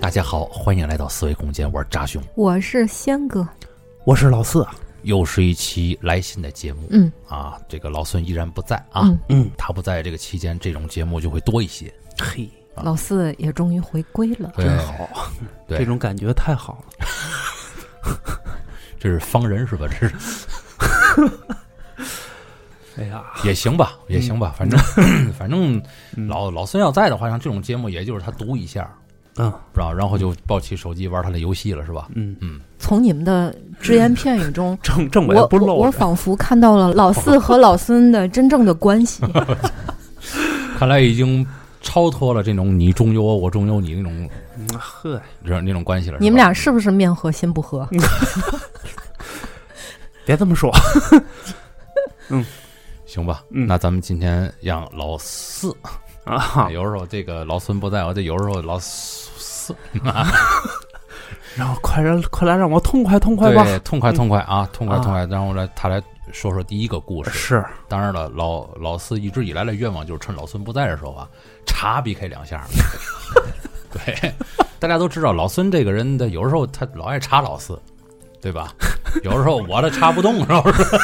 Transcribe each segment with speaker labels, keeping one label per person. Speaker 1: 大家好，欢迎来到思维空间，我是扎兄，
Speaker 2: 我是仙哥，
Speaker 3: 我是老四啊，
Speaker 1: 又是一期来信的节目。
Speaker 2: 嗯
Speaker 1: 啊，这个老孙依然不在啊，
Speaker 2: 嗯，
Speaker 3: 嗯，
Speaker 1: 他不在这个期间，这种节目就会多一些。哎
Speaker 3: 嘿，
Speaker 1: 啊
Speaker 2: 老四也终于回归了，
Speaker 1: 对
Speaker 3: 真，好，
Speaker 1: 对
Speaker 3: 这种感觉太好了。
Speaker 1: 这是方人是吧？这 是
Speaker 3: 哎呀，
Speaker 1: 也行吧，
Speaker 2: 嗯
Speaker 1: 也行吧，反正 反正
Speaker 3: 嗯
Speaker 1: 老老孙要在的话，像这种节目，也就是他读一下，
Speaker 3: 嗯
Speaker 1: 是吧？然后就抱起手机玩他的游戏了，是吧？
Speaker 3: 嗯，
Speaker 2: 从你们的只言片语中，
Speaker 3: 政政委
Speaker 2: 我
Speaker 3: 不
Speaker 2: 我
Speaker 3: 漏
Speaker 2: 我
Speaker 3: 着，
Speaker 2: 仿佛看到了老四和老孙的真正的关系。
Speaker 1: 看来已经超脱了这种你中有我，我中有你那种
Speaker 3: 嗯呵，
Speaker 1: 这那种关系了。
Speaker 2: 你们
Speaker 1: 是吧
Speaker 2: 俩是不是面和心不和？
Speaker 3: 别这么说，
Speaker 1: 行吧？
Speaker 3: 嗯
Speaker 1: 那咱们今天让老四，
Speaker 3: 啊哈，
Speaker 1: 有时候这个老孙不在，我得有时候老啊 四，
Speaker 3: 然后快让快来让我痛快痛快吧。
Speaker 1: 对，痛快痛快啊，痛快
Speaker 3: 啊
Speaker 1: 痛快。然后来他来说说第一个故事。
Speaker 3: 是，
Speaker 1: 当然了，老老四一直以来的愿望就是趁老孙不在的时候啊，查 BK 两下。 对，大家都知道老孙这个人的，有时候他老爱查老四，对吧？有时候我的查不动， 是不是？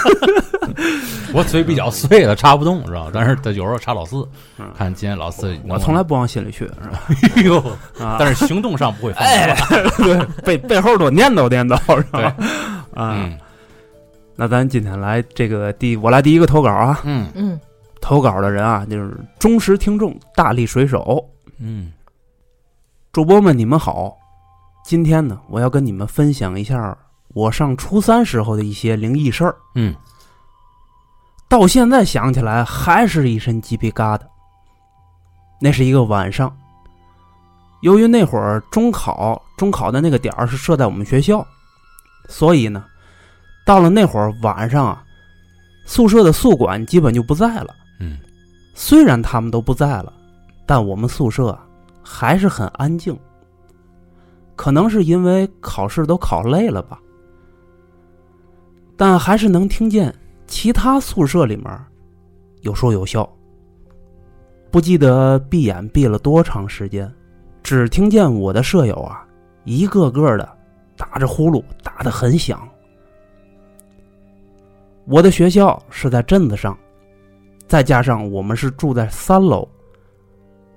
Speaker 1: 我嘴比较碎了，查不动，知道吧？但是他有时候查老四，看今天老四能不能，
Speaker 3: 嗯我从来不往心里去，是吧？
Speaker 1: 哎呦，
Speaker 3: 啊
Speaker 1: 但是行动上不会放
Speaker 3: 哎
Speaker 1: 过。，
Speaker 3: 对，背背后多念叨念叨，是吧？啊，
Speaker 1: 嗯
Speaker 3: 那咱今天来这个第，我来第一个投稿啊，
Speaker 1: 嗯
Speaker 2: 嗯，
Speaker 3: 投稿的人啊，就是忠实听众，大力水手，
Speaker 1: 嗯，
Speaker 3: 主播们，你们好！今天呢，我要跟你们分享一下我上初三时候的一些灵异事儿。
Speaker 1: 嗯，
Speaker 3: 到现在想起来还是一身鸡皮疙瘩。那是一个晚上，由于那会儿中考，中考的那个点儿是设在我们学校，所以呢，到了那会儿晚上啊，宿舍的宿管基本就不在了。
Speaker 1: 嗯，
Speaker 3: 虽然他们都不在了，但我们宿舍啊还是很安静。可能是因为考试都考累了吧，但还是能听见其他宿舍里面有说有笑。不记得闭眼闭了多长时间，只听见我的舍友啊，一个个的打着呼噜，打得很响。我的学校是在镇子上，再加上我们是住在三楼，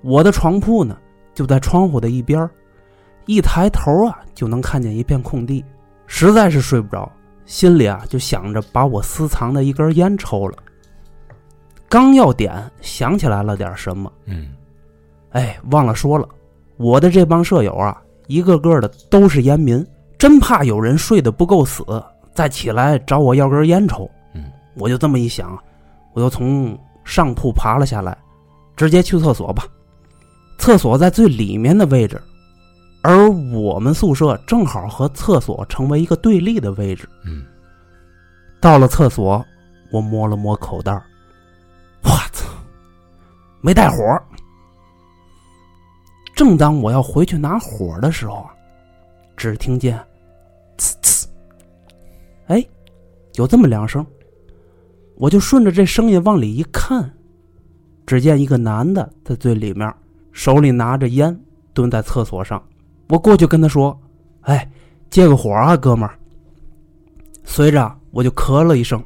Speaker 3: 我的床铺呢就在窗户的一边儿一抬头啊就能看见一片空地，实在是睡不着，心里啊就想着把我私藏的一根烟抽了。刚要点，想起来了点什么，
Speaker 1: 嗯，
Speaker 3: 哎，忘了说了，我的这帮舍友啊，一个个的都是烟民，真怕有人睡得不够死，再起来找我要根烟抽。
Speaker 1: 嗯，
Speaker 3: 我就这么一想，啊我又从上铺爬了下来，直接去厕所吧。厕所在最里面的位置，而我们宿舍正好和厕所成为一个对立的位置。
Speaker 1: 嗯，
Speaker 3: 到了厕所，我摸了摸口袋儿，我操，没带火儿。正当我要回去拿火的时候啊，只听见“呲呲”，哎，有这么两声，我就顺着这声音往里一看，只见一个男的在最里面，手里拿着烟，蹲在厕所上。我过去跟他说：“哎，借个火啊，哥们儿。”随着我就咳了一声，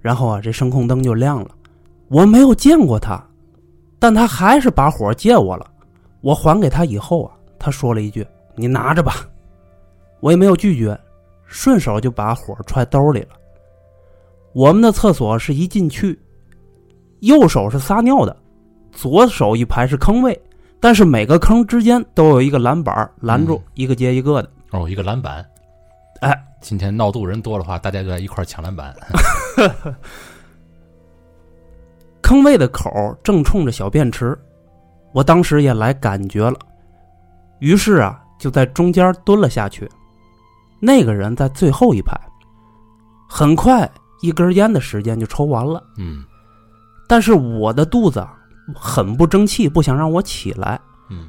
Speaker 3: 然后啊，这声控灯就亮了。我没有见过他，但他还是把火借我了。我还给他以后啊，他说了一句：“你拿着吧。”我也没有拒绝，顺手就把火揣兜里了。我们的厕所是一进去，右手是撒尿的，左手一排是坑位，但是每个坑之间都有一个栏板儿拦住，
Speaker 1: 嗯
Speaker 3: 一个接一个的。
Speaker 1: 哦，一个篮板。
Speaker 3: 哎，
Speaker 1: 今天闹肚人多的话，大家就在一块儿抢篮板。
Speaker 3: 坑位的口儿正冲着小便池，我当时也来感觉了，于是啊，就在中间蹲了下去。那个人在最后一排，很快一根烟的时间就抽完了，
Speaker 1: 嗯
Speaker 3: 但是我的肚子啊很不争气，不想让我起来。
Speaker 1: 嗯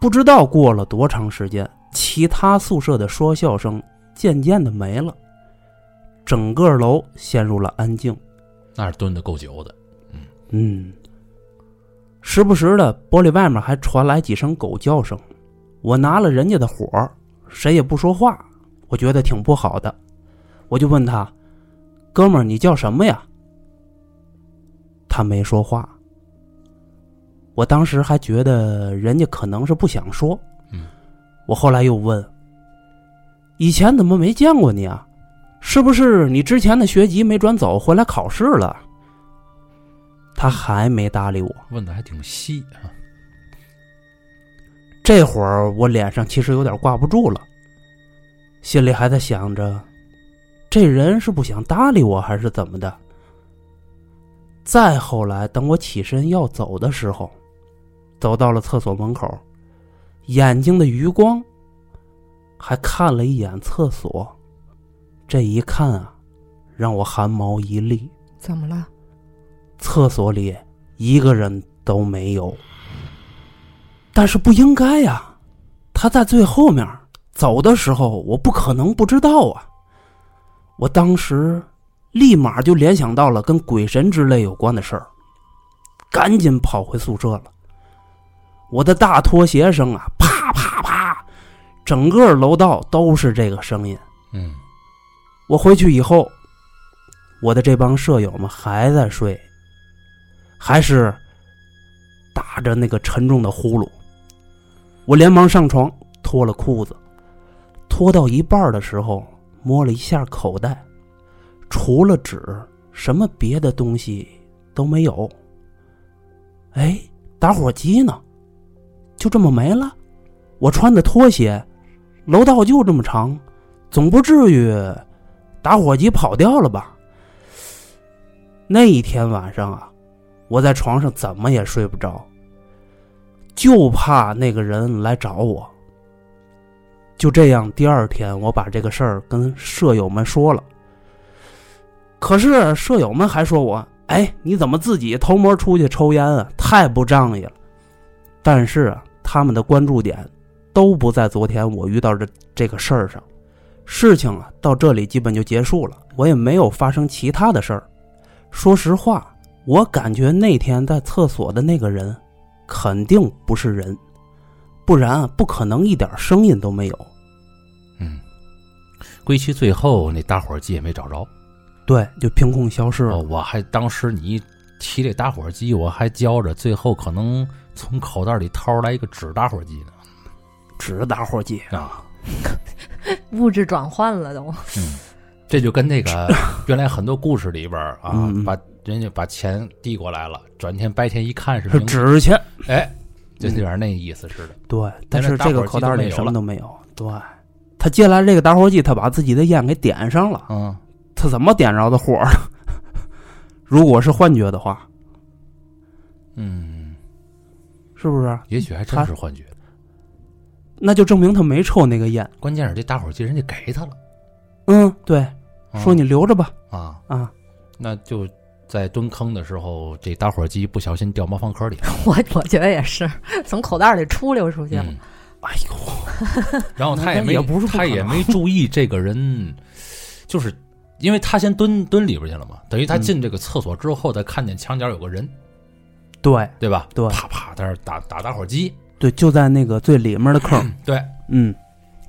Speaker 3: 不知道过了多长时间，其他宿舍的说笑声渐渐的没了，整个楼陷入了安静。
Speaker 1: 那是蹲的够久的。
Speaker 3: 嗯，时不时的玻璃外面还传来几声狗叫声。我拿了人家的火，谁也不说话，我觉得挺不好的。我就问他：“哥们儿，你叫什么呀？”他没说话。我当时还觉得人家可能是不想说。
Speaker 1: 嗯，
Speaker 3: 我后来又问：“以前怎么没见过你啊？是不是你之前的学籍没转走，回来考试了？”他还没搭理我。
Speaker 1: 问的还挺细啊。
Speaker 3: 这会儿我脸上其实有点挂不住了，心里还在想着，这人是不想搭理我还是怎么的。再后来，等我起身要走的时候，走到了厕所门口，眼睛的余光还看了一眼厕所，这一看啊，让我汗毛一立。
Speaker 2: 怎么了？
Speaker 3: 厕所里一个人都没有。但是不应该呀、他在最后面走的时候，我不可能不知道啊。我当时立马就联想到了跟鬼神之类有关的事儿，赶紧跑回宿舍了。我的大拖鞋声啊，啪啪啪，整个楼道都是这个声音。
Speaker 1: 嗯
Speaker 3: 我回去以后，我的这帮舍友们还在睡，还是打着那个沉重的呼噜。我连忙上床，脱了裤子，脱到一半的时候，摸了一下口袋，除了纸，什么别的东西都没有。哎，打火机呢？就这么没了。我穿的拖鞋，楼道就这么长，总不至于打火机跑掉了吧？那一天晚上啊，我在床上怎么也睡不着，就怕那个人来找我。就这样，第二天我把这个事儿跟舍友们说了，可是舍友们还说我：“哎，你怎么自己偷摸出去抽烟啊？太不仗义了。”但是啊，他们的关注点都不在昨天我遇到的这个事儿上。事情啊，到这里基本就结束了，我也没有发生其他的事儿。说实话，我感觉那天在厕所的那个人肯定不是人，不然啊不可能一点声音都没有。
Speaker 1: 嗯，归期最后那打火机也没找着。
Speaker 3: 对，就凭空消失了。
Speaker 1: 哦，我还当时你一提这打火机，我还觉着最后可能从口袋里掏出来一个纸打火机呢。
Speaker 3: 纸打火机，
Speaker 1: 啊，
Speaker 2: 物质转换了都。
Speaker 3: 嗯
Speaker 1: 这就跟那 个原来很多故事里边儿啊，
Speaker 3: 嗯嗯
Speaker 1: 把人家把钱递过来了，转天白天一看是
Speaker 3: 是
Speaker 1: 零，
Speaker 3: 纸钱。嗯
Speaker 1: 哎，就有点那意思似的。
Speaker 3: 对，但是这个口袋里
Speaker 1: 打火机都没有了
Speaker 3: 什么都没有。对，他借来这个打火机，他把自己的烟给点上了。
Speaker 1: 嗯，
Speaker 3: 他怎么点着的火呢？ 如果是幻觉的话，
Speaker 1: 嗯，
Speaker 3: 是不是？
Speaker 1: 也许还真
Speaker 3: 他
Speaker 1: 是幻觉。
Speaker 3: 那就证明他没抽那个烟。
Speaker 1: 关键是这打火机人家给他了，
Speaker 3: 嗯，对，
Speaker 1: 嗯
Speaker 3: 说你留着吧。
Speaker 1: 啊，
Speaker 3: 啊，
Speaker 1: 那就在蹲坑的时候，这打火机不小心掉茅房壳里了。
Speaker 2: 我我觉得也是，从口袋里出溜出去了。
Speaker 1: 嗯
Speaker 3: 哎呦，
Speaker 1: 然后他也没
Speaker 3: 那也不是不可
Speaker 1: 他
Speaker 3: 能
Speaker 1: 也没注意这个人，就是因为他先蹲蹲里边去了嘛，等于
Speaker 3: 嗯
Speaker 1: 他进这个厕所之后，再看见墙角有个人，
Speaker 3: 对
Speaker 1: 对吧？
Speaker 3: 对
Speaker 1: 啪啪在那儿打打打火机，
Speaker 3: 对，就在那个最里面的坑。
Speaker 1: 对，
Speaker 3: 嗯，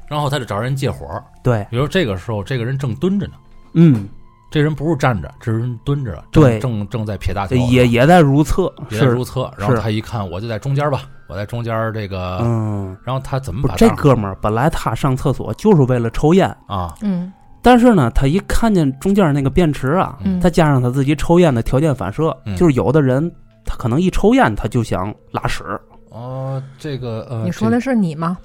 Speaker 1: 然后他就找人借火。
Speaker 3: 对，
Speaker 1: 比如这个时候，这个人正蹲着呢，
Speaker 3: 嗯，
Speaker 1: 这人不是站着，这人蹲着，正
Speaker 3: 对
Speaker 1: 正正在撇大
Speaker 3: 这
Speaker 1: 腿，
Speaker 3: 也也在如厕，
Speaker 1: 也在
Speaker 3: 是
Speaker 1: 如，厕。然后他一看，我就在中间吧，我在中间这个，
Speaker 3: 嗯，
Speaker 1: 然后他怎么
Speaker 3: 不是
Speaker 1: 把
Speaker 3: 这
Speaker 1: 大伙
Speaker 3: 哥们儿本来他上厕所就是为了抽烟，
Speaker 1: 啊，
Speaker 2: 嗯
Speaker 3: 但是呢，他一看见中间那个便池啊，
Speaker 2: 嗯，
Speaker 3: 再加上他自己抽烟的条件反射，
Speaker 1: 嗯
Speaker 3: 就是有的人他可能一抽烟他就想拉屎。
Speaker 1: 哦，这个呃，
Speaker 2: 你说
Speaker 1: 这
Speaker 2: 的是你吗？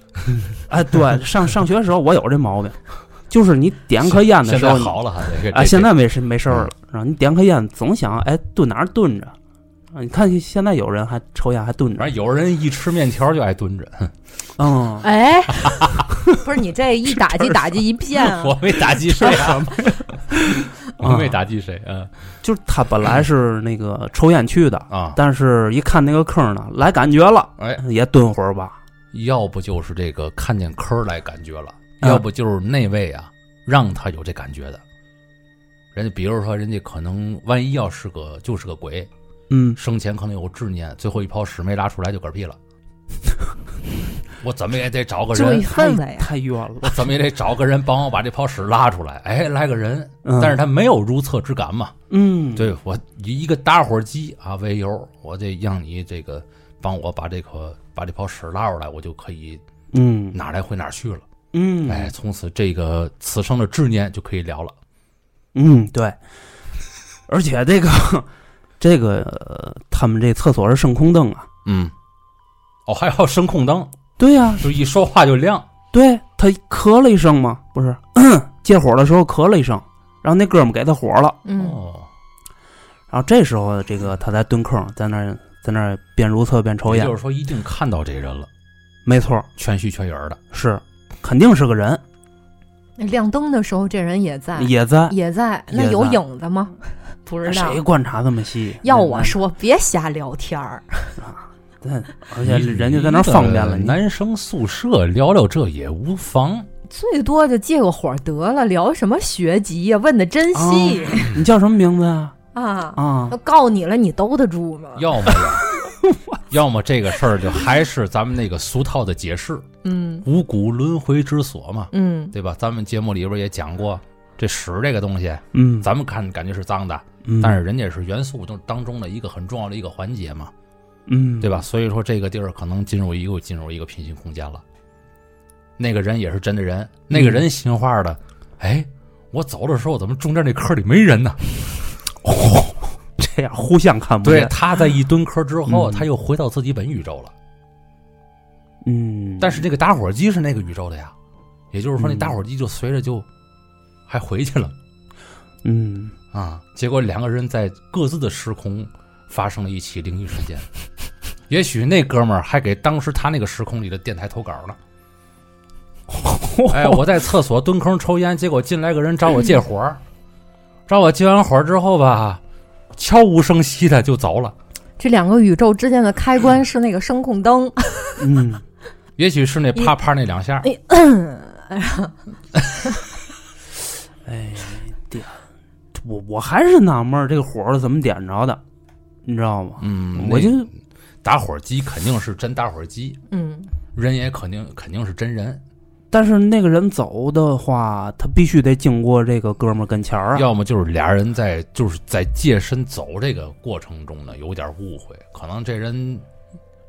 Speaker 3: 哎，对，上 上学的时候我有这毛病，就是你点颗烟的
Speaker 1: 现
Speaker 3: 时
Speaker 1: 在
Speaker 3: 候，
Speaker 1: 好了哈，这个
Speaker 3: 啊，
Speaker 1: 这
Speaker 3: 现在没事没事儿了，
Speaker 1: 嗯
Speaker 3: 然后你点颗烟，总想哎蹲哪儿蹲着，啊，你看现在有人还抽烟还蹲着
Speaker 1: 反，正有人一吃面条就爱蹲着，
Speaker 3: 嗯，
Speaker 2: 哎， 不是你这一打击打击一片啊
Speaker 1: 我！没打鸡睡啊。我没打击谁，嗯
Speaker 3: 就是他本来是那个抽烟去的，
Speaker 1: 啊，
Speaker 3: 但是一看那个坑呢，来感觉了，
Speaker 1: 哎，
Speaker 3: 也蹲会儿吧。
Speaker 1: 要不就是这个看见坑儿来感觉了，
Speaker 3: 嗯
Speaker 1: 要不就是那位啊让他有这感觉的。人家比如说，人家可能万一要是个就是个鬼，
Speaker 3: 嗯，
Speaker 1: 生前可能有执念，最后一泡屎没拉出来就嗝屁了。 我怎么也得找个
Speaker 2: 注
Speaker 1: 人
Speaker 2: 意，氛
Speaker 1: 哎
Speaker 2: 围啊，
Speaker 3: 太冤了。
Speaker 1: 我怎么也得找个人帮我把这泡屎拉出来。哎，来个人，
Speaker 3: 嗯
Speaker 1: 但是他没有如厕之感嘛，
Speaker 3: 嗯，，
Speaker 1: 对我以一个打火机啊为由，我得让你这个帮我把这个把这泡屎拉出来，我就可以
Speaker 3: 嗯
Speaker 1: 哪儿来回哪儿去了。
Speaker 3: 嗯，
Speaker 1: 哎，从此这个此生的执念就可以聊了。
Speaker 3: 嗯，对，而且这个这个、呃他们这厕所是声控灯啊，
Speaker 1: 嗯，哦，还有声控灯，
Speaker 3: 对呀、
Speaker 1: 就一说话就亮。
Speaker 3: 对他咳了一声嘛，不是 借火的时候咳了一声，然后那哥们给他火了，
Speaker 2: 嗯，
Speaker 1: 哦，
Speaker 3: 然后这时候这个他在蹲坑，在那儿在那儿边如厕边抽
Speaker 1: 也
Speaker 3: 烟
Speaker 1: 就，是说一定看到这人了，
Speaker 3: 没错，
Speaker 1: 全虚全影儿的。
Speaker 3: 是肯定是个人，
Speaker 2: 亮灯的时候这人也在，
Speaker 3: 也在，
Speaker 2: 哎也在，那
Speaker 3: 啊也
Speaker 2: 有
Speaker 3: 在
Speaker 2: 影子吗？不知道
Speaker 3: 谁。观察这么细？
Speaker 2: 要我说，别瞎聊天儿。
Speaker 3: 人家，而且人家在那儿方便
Speaker 1: 你
Speaker 3: 了，你
Speaker 1: 一个男生宿舍聊聊这也无 妨。
Speaker 2: 最多就借个火得了，聊什么学籍呀、问的真细
Speaker 3: 你叫什么名字啊？
Speaker 2: 啊！
Speaker 3: 啊
Speaker 2: 都，告你了，你兜得住吗？
Speaker 1: 要么 有，要么这个事儿就还是咱们那个俗套的解释，
Speaker 2: 嗯
Speaker 1: 五谷轮回之所嘛，
Speaker 2: 嗯，
Speaker 1: 对吧？咱们节目里边也讲过，这屎这个东西，
Speaker 3: 嗯，
Speaker 1: 咱们看感觉是脏的，
Speaker 3: 嗯
Speaker 1: 但是人家是元素中当中的一个很重要的一个环节嘛，
Speaker 3: 嗯，
Speaker 1: 对吧？所以说这个地儿可能进入一个进入一个平行空间了。那个人也是真的人，那
Speaker 3: 嗯
Speaker 1: 个人心话的，哎，我走的时候怎么中间那坑里没人呢？
Speaker 3: 这样互相看不
Speaker 1: 对
Speaker 3: 见，，
Speaker 1: 他在一蹲坑之后，
Speaker 3: 嗯
Speaker 1: 他又回到自己本宇宙了。
Speaker 3: 嗯，
Speaker 1: 但是这个打火机是那个宇宙的呀，也就是说，那
Speaker 3: 嗯
Speaker 1: 打火机就随着就还回去了
Speaker 3: 嗯，
Speaker 1: 啊。结果两个人在各自的时空发生了一起灵异事件。也许那哥们儿还给当时他那个时空里的电台投稿 呢。哎，我在厕所蹲坑抽烟，结果进来个人找我借火 儿，找我借完火儿之后吧，悄无声息的就走了。
Speaker 2: 这两个宇宙之间的开关是那个声控灯，
Speaker 3: 嗯，
Speaker 1: 也许是那啪啪那两下，
Speaker 2: 哎
Speaker 3: 哎，点，我我还是纳闷儿这个火儿怎么点着的，你知道吗？
Speaker 1: 嗯，
Speaker 3: 我就
Speaker 1: 那打火机肯定是真打火机，
Speaker 2: 嗯，
Speaker 1: 人也肯定肯定是真人，
Speaker 3: 但是那个人走的话，他必须得经过这个哥们儿跟前儿啊。
Speaker 1: 要么就是俩人在就是在借身走这个过程中呢有点误会，可能这人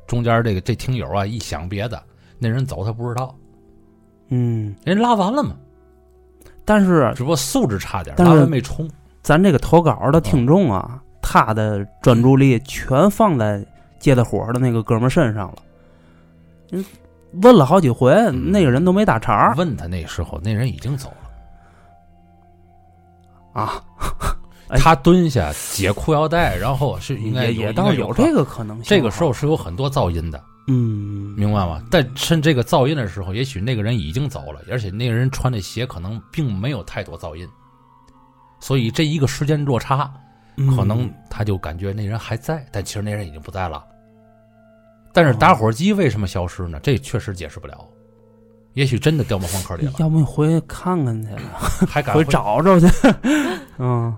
Speaker 1: 中间这个这听友啊一想别的，那人走他不知道，
Speaker 3: 嗯，
Speaker 1: 人拉完了嘛，
Speaker 3: 但是
Speaker 1: 只不过素质差点，
Speaker 3: 啊但
Speaker 1: 拉
Speaker 3: 是
Speaker 1: 完没冲，
Speaker 3: 咱这个投稿的听众
Speaker 1: 嗯
Speaker 3: 啊，他的专注力全放在借的火儿的那个哥们儿身上了。嗯问了好几回，
Speaker 1: 嗯
Speaker 3: 那个人都没搭茬儿
Speaker 1: 问他那时候那人已经走了，
Speaker 3: 啊，哎
Speaker 1: 他蹲下解裤腰带，然后是应该
Speaker 3: 也也倒
Speaker 1: 是
Speaker 3: 是有这个可能性。啊
Speaker 1: 这个时候，是有很多噪音的。
Speaker 3: 嗯，
Speaker 1: 明白吗？但趁这个噪音的时候，也许那个人已经走了，而且那个人穿的鞋可能并没有太多噪音，所以这一个时间落差，
Speaker 3: 嗯
Speaker 1: 可能他就感觉那人还在，但其实那人已经不在了。但是打火机为什么消失呢？这确实解释不了。也许真的掉魔方壳里
Speaker 3: 嗯
Speaker 1: 了，
Speaker 3: 要不你回去看看去，
Speaker 1: 还敢
Speaker 3: 回
Speaker 1: 回
Speaker 3: 找找去。 嗯，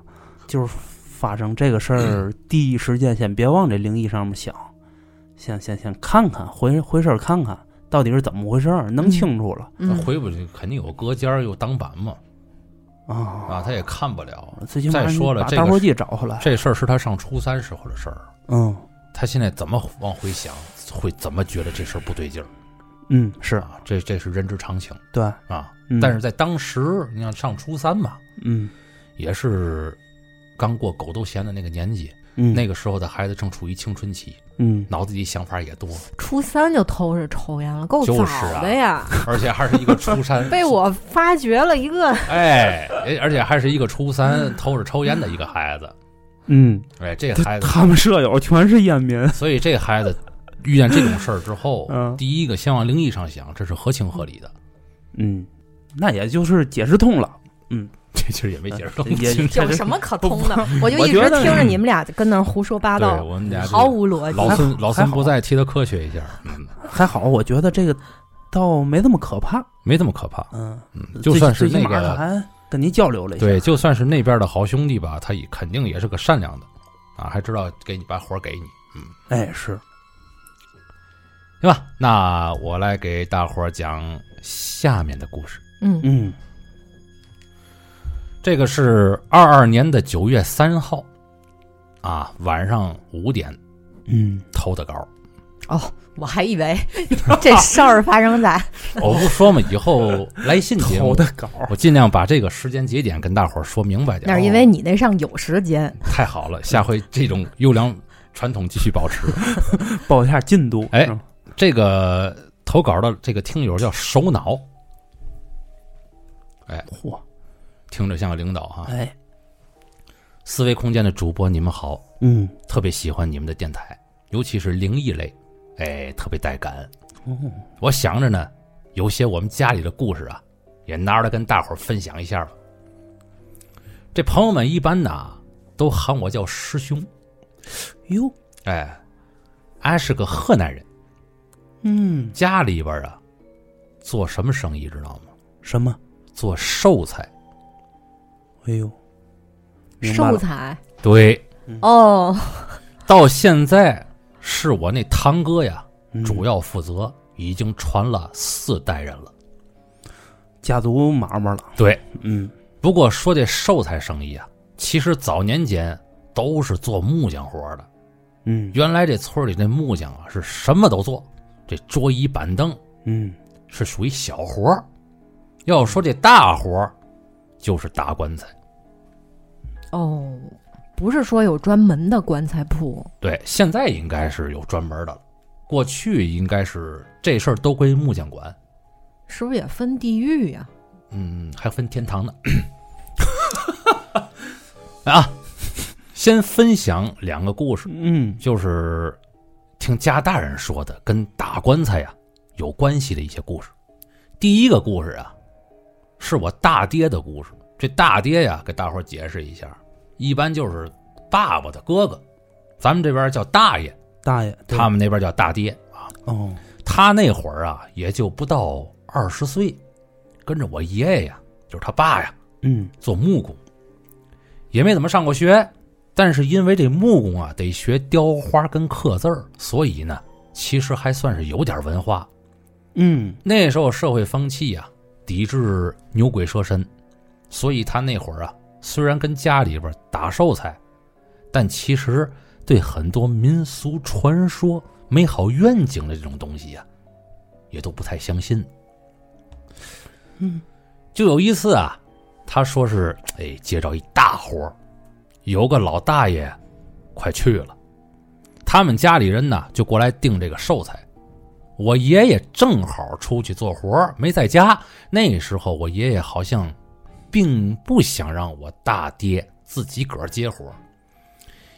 Speaker 3: 就是发生这个事儿，第一时间先别往这灵异上面想，先先先看看，回回身儿看看到底是怎么回事儿，弄
Speaker 2: 嗯
Speaker 3: 清楚了
Speaker 2: 嗯
Speaker 1: 回不去，肯定有隔间儿有挡板嘛，啊，
Speaker 3: 啊。
Speaker 1: 他也看不了。
Speaker 3: 最起码
Speaker 1: 再
Speaker 3: 你
Speaker 1: 说了
Speaker 3: 把
Speaker 1: 这个
Speaker 3: 打火机找回来。
Speaker 1: 这事儿是他上初三时候的事儿，
Speaker 3: 嗯
Speaker 1: 他现在怎么往回想，会怎么觉得这事儿不对劲儿？
Speaker 3: 嗯，是
Speaker 1: 啊，这这是人之常情
Speaker 3: 对，
Speaker 1: 啊。
Speaker 3: 嗯
Speaker 1: 但是在当时，你像上初三嘛，
Speaker 3: 嗯
Speaker 1: 也是刚过狗都嫌的那个年纪，
Speaker 3: 嗯
Speaker 1: 那个时候的孩子正处于青春期，
Speaker 3: 嗯
Speaker 1: 脑子里想法也多，
Speaker 2: 初三就偷着抽烟了，够
Speaker 1: 就
Speaker 2: 早
Speaker 1: 是啊
Speaker 2: 的呀！，
Speaker 1: 而且还是一个初三
Speaker 2: 被我发掘了 一个，
Speaker 1: 哎，哎而且还是一个初三偷着抽烟的一个孩子，
Speaker 3: 嗯，
Speaker 1: 哎，这孩子，
Speaker 3: 他们舍友全是烟民。
Speaker 1: 所以这孩子遇见这种事儿之后，
Speaker 3: 嗯
Speaker 1: 第一个先往灵异上想，这是合情合理的。
Speaker 3: 嗯，那也就是解释通了。嗯，这
Speaker 1: 其实也没解释通。
Speaker 3: 也
Speaker 2: 有什么可通的？我就
Speaker 3: 我
Speaker 2: 一直
Speaker 3: 觉得
Speaker 2: 听着你们俩跟那儿胡说八
Speaker 1: 对
Speaker 2: 道，
Speaker 1: 我们俩
Speaker 2: 毫无逻辑。
Speaker 1: 老孙
Speaker 3: 还好
Speaker 1: 老孙不在，替他科学一下，嗯，
Speaker 3: 还好，我觉得这个倒没那么可怕。
Speaker 1: 没这么可怕。
Speaker 3: 嗯，
Speaker 1: 嗯，就算是
Speaker 3: 最
Speaker 1: 那
Speaker 3: 起码
Speaker 1: 个
Speaker 3: 还跟您交流了一下，
Speaker 1: 对，就算是那边的好兄弟吧，他也肯定也是个善良的啊，还知道给你把活儿给你，
Speaker 3: 哎是，
Speaker 1: 行吧？那我来给大伙儿讲下面的故事。
Speaker 2: 嗯
Speaker 3: 嗯
Speaker 1: 这个是二二年的九月三号，啊，晚上五点
Speaker 3: 嗯，
Speaker 1: 偷的稿。
Speaker 2: 哦，我还以 为这事儿发生在
Speaker 1: 我不说嘛，以后来信节目，
Speaker 3: 稿，
Speaker 1: 我尽量把这个时间节点跟大伙儿说明白点
Speaker 2: 那
Speaker 1: 儿。
Speaker 3: 哦
Speaker 1: 哦
Speaker 2: 是因为你那上有时间，
Speaker 1: 太好了，下回这种优良传统继续保持。
Speaker 3: 报一下进度。
Speaker 1: 哎
Speaker 3: 是吧，
Speaker 1: 这个投稿的这个听友叫首脑，啊
Speaker 3: 嚯，
Speaker 1: 听着像个领导哈。
Speaker 3: 哎，
Speaker 1: 思维空间的主播，你们好，
Speaker 3: 嗯，
Speaker 1: 特别喜欢你们的电台，尤其是灵异类，哎，特别带感。
Speaker 3: 哦，
Speaker 1: 我想着呢，有些我们家里的故事啊，也拿出来跟大伙儿分享一下吧。这朋友们一般呐，都喊我叫师兄，
Speaker 3: 哟，
Speaker 1: 哎，俺是个河南人，
Speaker 3: 嗯，
Speaker 1: 家里边啊，做什么生意知道吗？
Speaker 3: 什么？
Speaker 1: 做寿材。
Speaker 3: 哎呦，明白
Speaker 2: 寿
Speaker 3: 了，嗯
Speaker 2: 材
Speaker 1: 对，
Speaker 2: 哦，
Speaker 1: 到现在是我那堂哥呀，
Speaker 3: 嗯
Speaker 1: 主要负责，已经传了四代人了。
Speaker 3: 家族买卖了。
Speaker 1: 对，
Speaker 3: 嗯，
Speaker 1: 不过说这寿材生意啊，其实早年间都是做木匠活的。
Speaker 3: 嗯
Speaker 1: 原来这村里那木匠啊，是什么都做，这桌椅板凳
Speaker 3: 嗯，
Speaker 1: 是属于小活儿。要说这大活儿，就是打棺材。
Speaker 2: 哦，不是说有专门的棺材铺，
Speaker 1: 对，现在应该是有专门的了，过去应该是这事儿都归木匠管。
Speaker 2: 是不是也分地域呀、
Speaker 1: 嗯，还分天堂呢。 哎啊，先分享两个故事，
Speaker 3: 嗯，
Speaker 1: 就是听家大人说的跟打棺材呀、有关系的一些故事。第一个故事啊，是我大爹的故事。这大爹呀，给大伙儿解释一下，一般就是爸爸的哥哥，咱们这边叫大爷，
Speaker 3: 大爷，对
Speaker 1: 他们那边叫大爹啊。
Speaker 3: 哦，
Speaker 1: 他那会儿啊，也就不到二十岁，跟着我爷爷呀，就是他爸呀，
Speaker 3: 嗯
Speaker 1: 做木工，也没怎么上过学。但是因为这木工啊，得学雕花跟刻字儿，所以呢，其实还算是有点文化。
Speaker 3: 嗯，
Speaker 1: 那时候社会风气呀、抵制牛鬼蛇神，所以他那会儿啊，虽然跟家里边打寿材，但其实对很多民俗传说、美好愿景的这种东西呀、也都不太相信。
Speaker 3: 嗯，
Speaker 1: 就有一次啊，他说是哎接着一大活儿有个老大爷快去了，他们家里人呢就过来订这个寿材。我爷爷正好出去做活儿没在家。那时候我爷爷好像并不想让我大爹自己个儿接活儿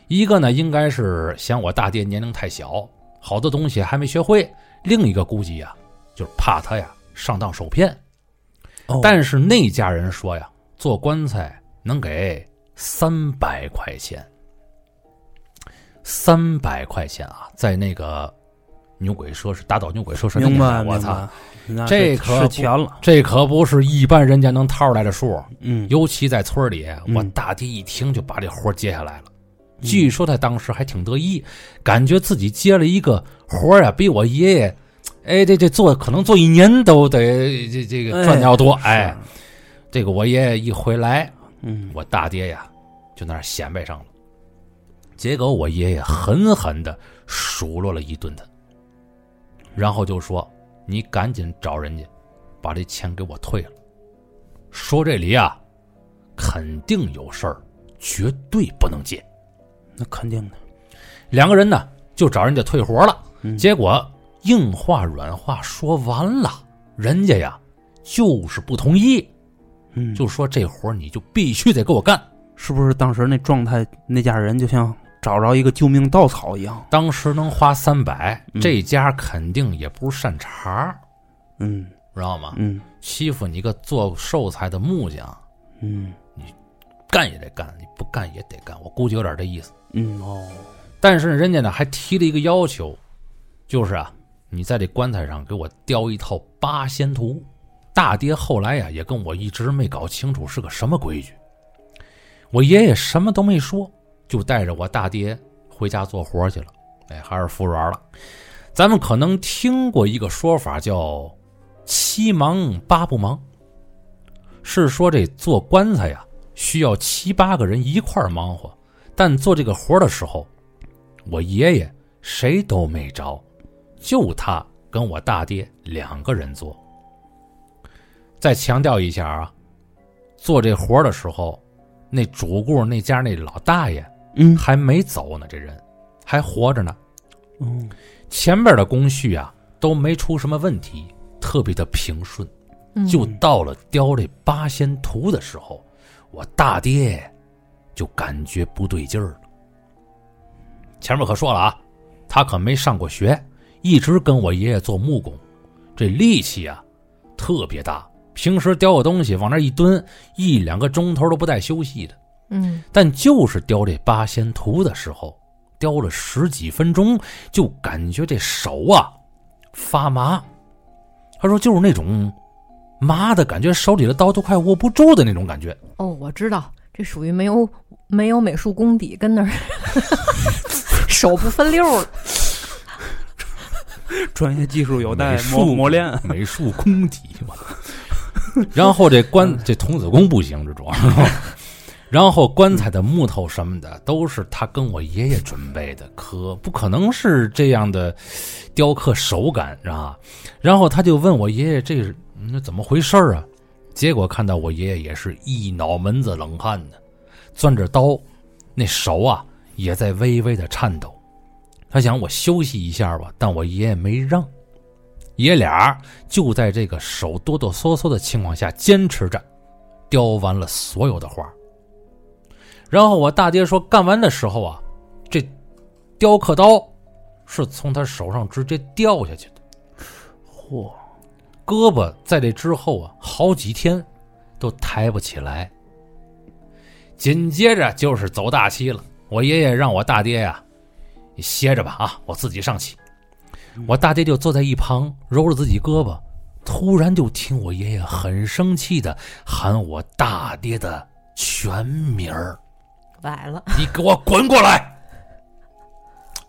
Speaker 1: 一个呢，应该是嫌我大爹年龄太小，好多东西还没学会；另一个估计呀、就是怕他呀上当受骗。
Speaker 3: 哦
Speaker 1: 但是那家人说呀，做棺材能给三百块钱，三百块钱啊，在那个牛鬼蛇神打倒牛鬼蛇神的
Speaker 3: 明
Speaker 1: 年代
Speaker 3: 白，
Speaker 1: 我
Speaker 3: 明
Speaker 1: 操，
Speaker 3: 白，那
Speaker 1: 这
Speaker 3: 是
Speaker 1: 可
Speaker 3: 是
Speaker 1: 不
Speaker 3: 钱了。
Speaker 1: 这可不是一般人家能掏出来的数。
Speaker 3: 嗯，
Speaker 1: 尤其在村里，
Speaker 3: 嗯
Speaker 1: 我大爹一听就把这活接下来了。据说他当时还挺得意，感觉自己接了一个活儿啊，比我爷爷，哎，这这做可能做一年都得这这个赚的要
Speaker 3: 啊
Speaker 1: 多。哎，这个我爷爷一回来，
Speaker 3: 嗯，
Speaker 1: 我大爹呀就那儿显摆上了，结果我爷爷狠狠的数落了一顿他，然后就说：“你赶紧找人家，把这钱给我退了。”说这里啊，肯定有事儿，绝对不能借。
Speaker 3: 那肯定的。
Speaker 1: 两个人呢就找人家退活了，
Speaker 3: 嗯
Speaker 1: 结果硬话软话说完了，人家呀就是不同意，
Speaker 3: 嗯，
Speaker 1: 就说这活儿你就必须得给我干。
Speaker 3: 是不是当时那状态，那家人就像找着一个救命稻草一样。
Speaker 1: 当时能花三百，
Speaker 3: 嗯
Speaker 1: 这家肯定也不是善茬儿，
Speaker 3: 嗯
Speaker 1: 知道吗？
Speaker 3: 嗯
Speaker 1: 欺负你一个做寿材的木匠，
Speaker 3: 嗯，
Speaker 1: 你干也得干，你不干也得干。我估计有点这意思。
Speaker 3: 嗯哦，
Speaker 1: 但是人家呢还提了一个要求，就是啊，你在这棺材上给我雕一套八仙图。大爹后来呀、也跟我一直没搞清楚是个什么规矩。我爷爷什么都没说，就带着我大爹回家做活去了。哎，还是服软了。咱们可能听过一个说法叫“七忙八不忙”，是说这做棺材呀、需要七八个人一块儿忙活，但做这个活儿的时候，我爷爷谁都没招，就他跟我大爹两个人做。再强调一下啊，做这活儿的时候，那主顾那家那老大爷
Speaker 3: 嗯
Speaker 1: 还没走呢，这人还活着呢。
Speaker 3: 嗯
Speaker 1: 前边的工序啊都没出什么问题，特别的平顺。
Speaker 2: 嗯
Speaker 1: 就到了雕这八仙图的时候，我大爹就感觉不对劲儿了。前面可说了啊，他可没上过学，一直跟我爷爷做木工，这力气啊特别大。平时雕个东西往那一蹲，一两个钟头都不带休息的。
Speaker 2: 嗯
Speaker 1: 但就是雕这八仙图的时候，雕了十几分钟，就感觉这手啊发麻。他说就是那种麻的感觉，手里的刀都快握不住的那种感觉。
Speaker 2: 哦，我知道，这属于没有没有美术功底，跟那儿 手不分溜儿了。
Speaker 3: 专业技术有待
Speaker 1: 美术
Speaker 3: 磨磨练。
Speaker 1: 美术功底嘛。 然后这棺这童子功不行，这主要是。 然后棺材的木头什么的都是他跟我爷爷准备的，可不可能是这样的雕刻手感啊？然后他就问我爷爷这是嗯那、怎么回事儿啊？结果看到我爷爷也是一脑门子冷汗呢，攥着刀，那手啊也在微微的颤抖。他想我休息一下吧，但我爷爷没让。爷俩就在这个手哆哆嗦嗦的情况下坚持着，雕完了所有的花儿。然后我大爹说，干完的时候啊，这雕刻刀是从他手上直接掉下去的，
Speaker 3: 嚯，
Speaker 1: 胳膊在这之后啊，好几天都抬不起来。紧接着就是走大期了，我爷爷让我大爹呀、你歇着吧啊，我自己上去。我大爹就坐在一旁揉着自己胳膊，突然就听我爷爷很生气的喊我大爹的全名儿。
Speaker 2: 崴了，
Speaker 1: 你给我滚过来！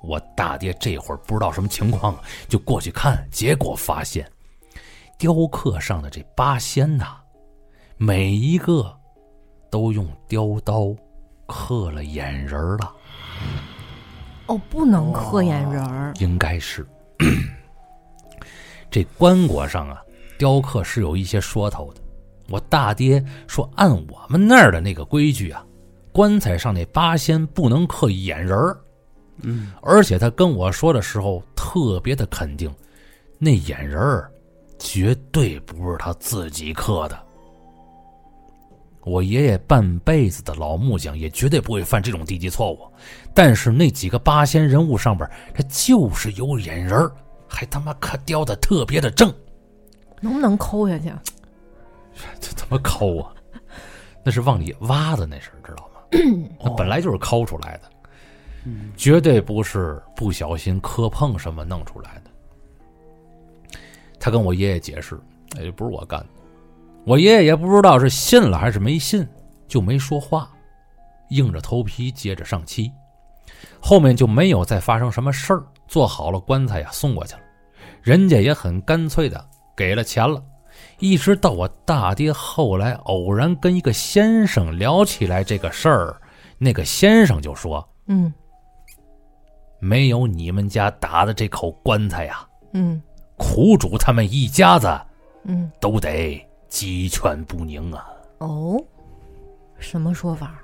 Speaker 1: 我大爹这会儿不知道什么情况，啊就过去看，结果发现，雕刻上的这八仙呐、每一个都用雕刀刻了眼仁儿了，
Speaker 2: 哦，不能刻眼仁儿，
Speaker 1: 应该是。 这棺椁上啊，雕刻是有一些说头的。我大爹说，按我们那儿的那个规矩啊，棺材上那八仙不能刻眼仁儿。
Speaker 3: 嗯，
Speaker 1: 而且他跟我说的时候特别的肯定，那眼仁儿绝对不是他自己刻的。我爷爷半辈子的老木匠也绝对不会犯这种低级错误，但是那几个八仙人物上边，他就是有眼仁儿，还他妈可雕的特别的正，
Speaker 2: 能不能抠下去？
Speaker 1: 这他妈抠啊！那是往里挖的，那是知道吗？那本来就是抠出来的，绝对不是不小心磕碰什么弄出来的。他跟我爷爷解释，哎，不是我干的，我爷爷也不知道是信了还是没信，就没说话，硬着头皮接着上漆。后面就没有再发生什么事儿，做好了棺材呀送过去了，人家也很干脆的给了钱了。一直到我大爹后来偶然跟一个先生聊起来这个事儿，那个先生就说
Speaker 2: 嗯：“
Speaker 1: 没有你们家打的这口棺材呀、
Speaker 2: 嗯
Speaker 1: 苦主他们一家子
Speaker 2: 嗯，
Speaker 1: 都得鸡犬不宁啊。
Speaker 2: 哦，什么说法？”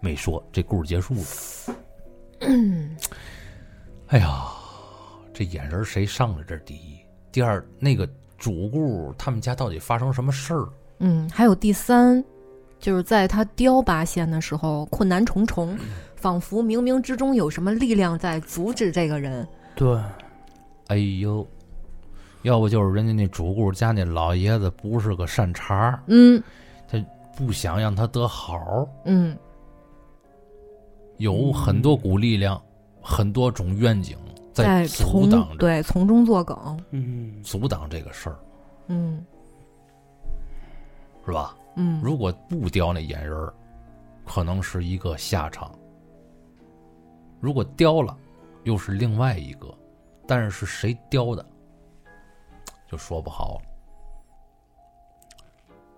Speaker 1: 没说，这故事结束了。哎呀，这眼仁儿谁上了？这是第一，第二，那个主顾他们家到底发生什么事儿？
Speaker 2: 嗯，还有第三，就是在他雕八仙的时候，困难重重，仿佛冥冥之中有什么力量在阻止这个人。
Speaker 3: 对，
Speaker 1: 哎呦，要不就是人家那主顾家那老爷子不是个善茬儿，
Speaker 2: 嗯，
Speaker 1: 不想让他得好儿，
Speaker 2: 嗯
Speaker 1: 有很多股力量，很多种愿景
Speaker 2: 在
Speaker 1: 阻
Speaker 2: 从
Speaker 1: 挡着
Speaker 2: 对从中作梗，
Speaker 3: 嗯，
Speaker 1: 阻挡这个事儿，
Speaker 2: 嗯
Speaker 1: 是吧？
Speaker 2: 嗯
Speaker 1: 如果不雕那眼人儿，可能是一个下场；如果雕了，又是另外一个。但是是谁雕的，就说不好了。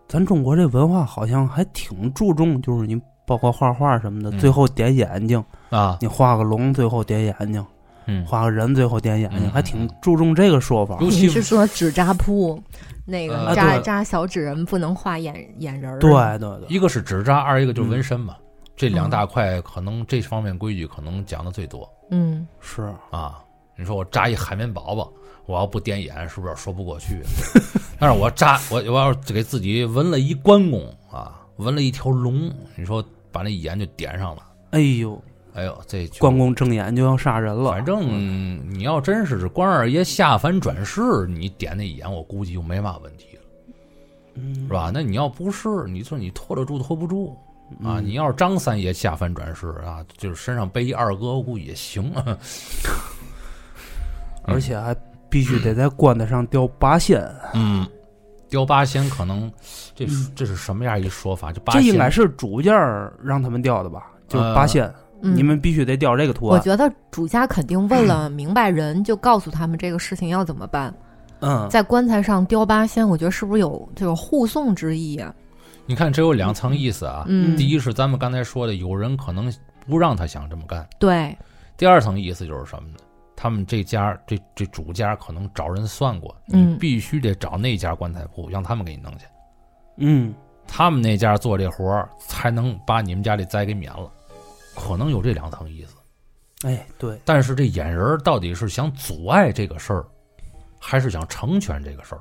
Speaker 3: 咱中国这文化好像还挺注重，就是你包括画画什么的，
Speaker 1: 嗯
Speaker 3: 最后点眼睛，
Speaker 1: 啊，
Speaker 3: 你画个龙，最后点眼睛，
Speaker 1: 嗯，
Speaker 3: 画个人，最后点眼睛，
Speaker 1: 嗯
Speaker 3: 还挺注重这个说法。
Speaker 1: 尤
Speaker 2: 你
Speaker 1: 其
Speaker 2: 是说纸扎铺那个
Speaker 1: 呃
Speaker 2: 扎
Speaker 3: 对
Speaker 2: 扎小纸人不能画眼眼人儿？
Speaker 3: 对，对对，
Speaker 1: 一个是纸扎，二一个就是纹身嘛。这两大块可能这方面规矩可能讲的最多
Speaker 2: 嗯
Speaker 3: 是
Speaker 1: 啊。你说我扎一海绵宝宝，我要不点眼，是不是有点说不过去？ 但是我扎我我要是给自己纹了一关公啊，纹了一条龙，你说把那眼就点上了，
Speaker 3: 哎呦，
Speaker 1: 哎呦，这就
Speaker 3: 关公睁眼就要杀人了。
Speaker 1: 反正你要真是关二爷下凡转世，你点那眼，我估计就没嘛问题了，
Speaker 3: 嗯
Speaker 1: 是吧？那你要不是，你说你拖得住拖不住，啊，
Speaker 3: 嗯
Speaker 1: 你要是张三爷下凡转世啊，就是身上背一二哥，我估计也 行。
Speaker 3: 而且还必须得在棺材上雕八仙，
Speaker 1: 嗯，雕八仙可能这是这是什么样一说法？就八
Speaker 3: 嗯这
Speaker 1: 仙呃
Speaker 3: 应该是主家儿让他们雕的吧？就是八仙，
Speaker 2: 嗯，
Speaker 3: 你们必须得雕这个图
Speaker 2: 我
Speaker 3: 案。
Speaker 2: 觉得主家肯定为了明白人，就告诉他们这个事情要怎么办。
Speaker 3: 嗯，
Speaker 2: 在棺材上雕八仙，我觉得是不是有就是护送之意啊？
Speaker 1: 你看这有两层意思啊。
Speaker 2: 嗯，
Speaker 1: 第一是咱们刚才说的，有人可能不让他想这么干；
Speaker 2: 对，
Speaker 1: 第二层意思就是什么呢？他们这家这这主家可能找人算过，
Speaker 2: 嗯
Speaker 1: 你必须得找那家棺材铺，让他们给你弄去。
Speaker 3: 嗯，
Speaker 1: 他们那家做这活儿，才能把你们家这灾给免了。可能有这两层意思。
Speaker 3: 哎，对，
Speaker 1: 但是这眼人儿到底是想阻碍这个事儿，还是想成全这个事儿？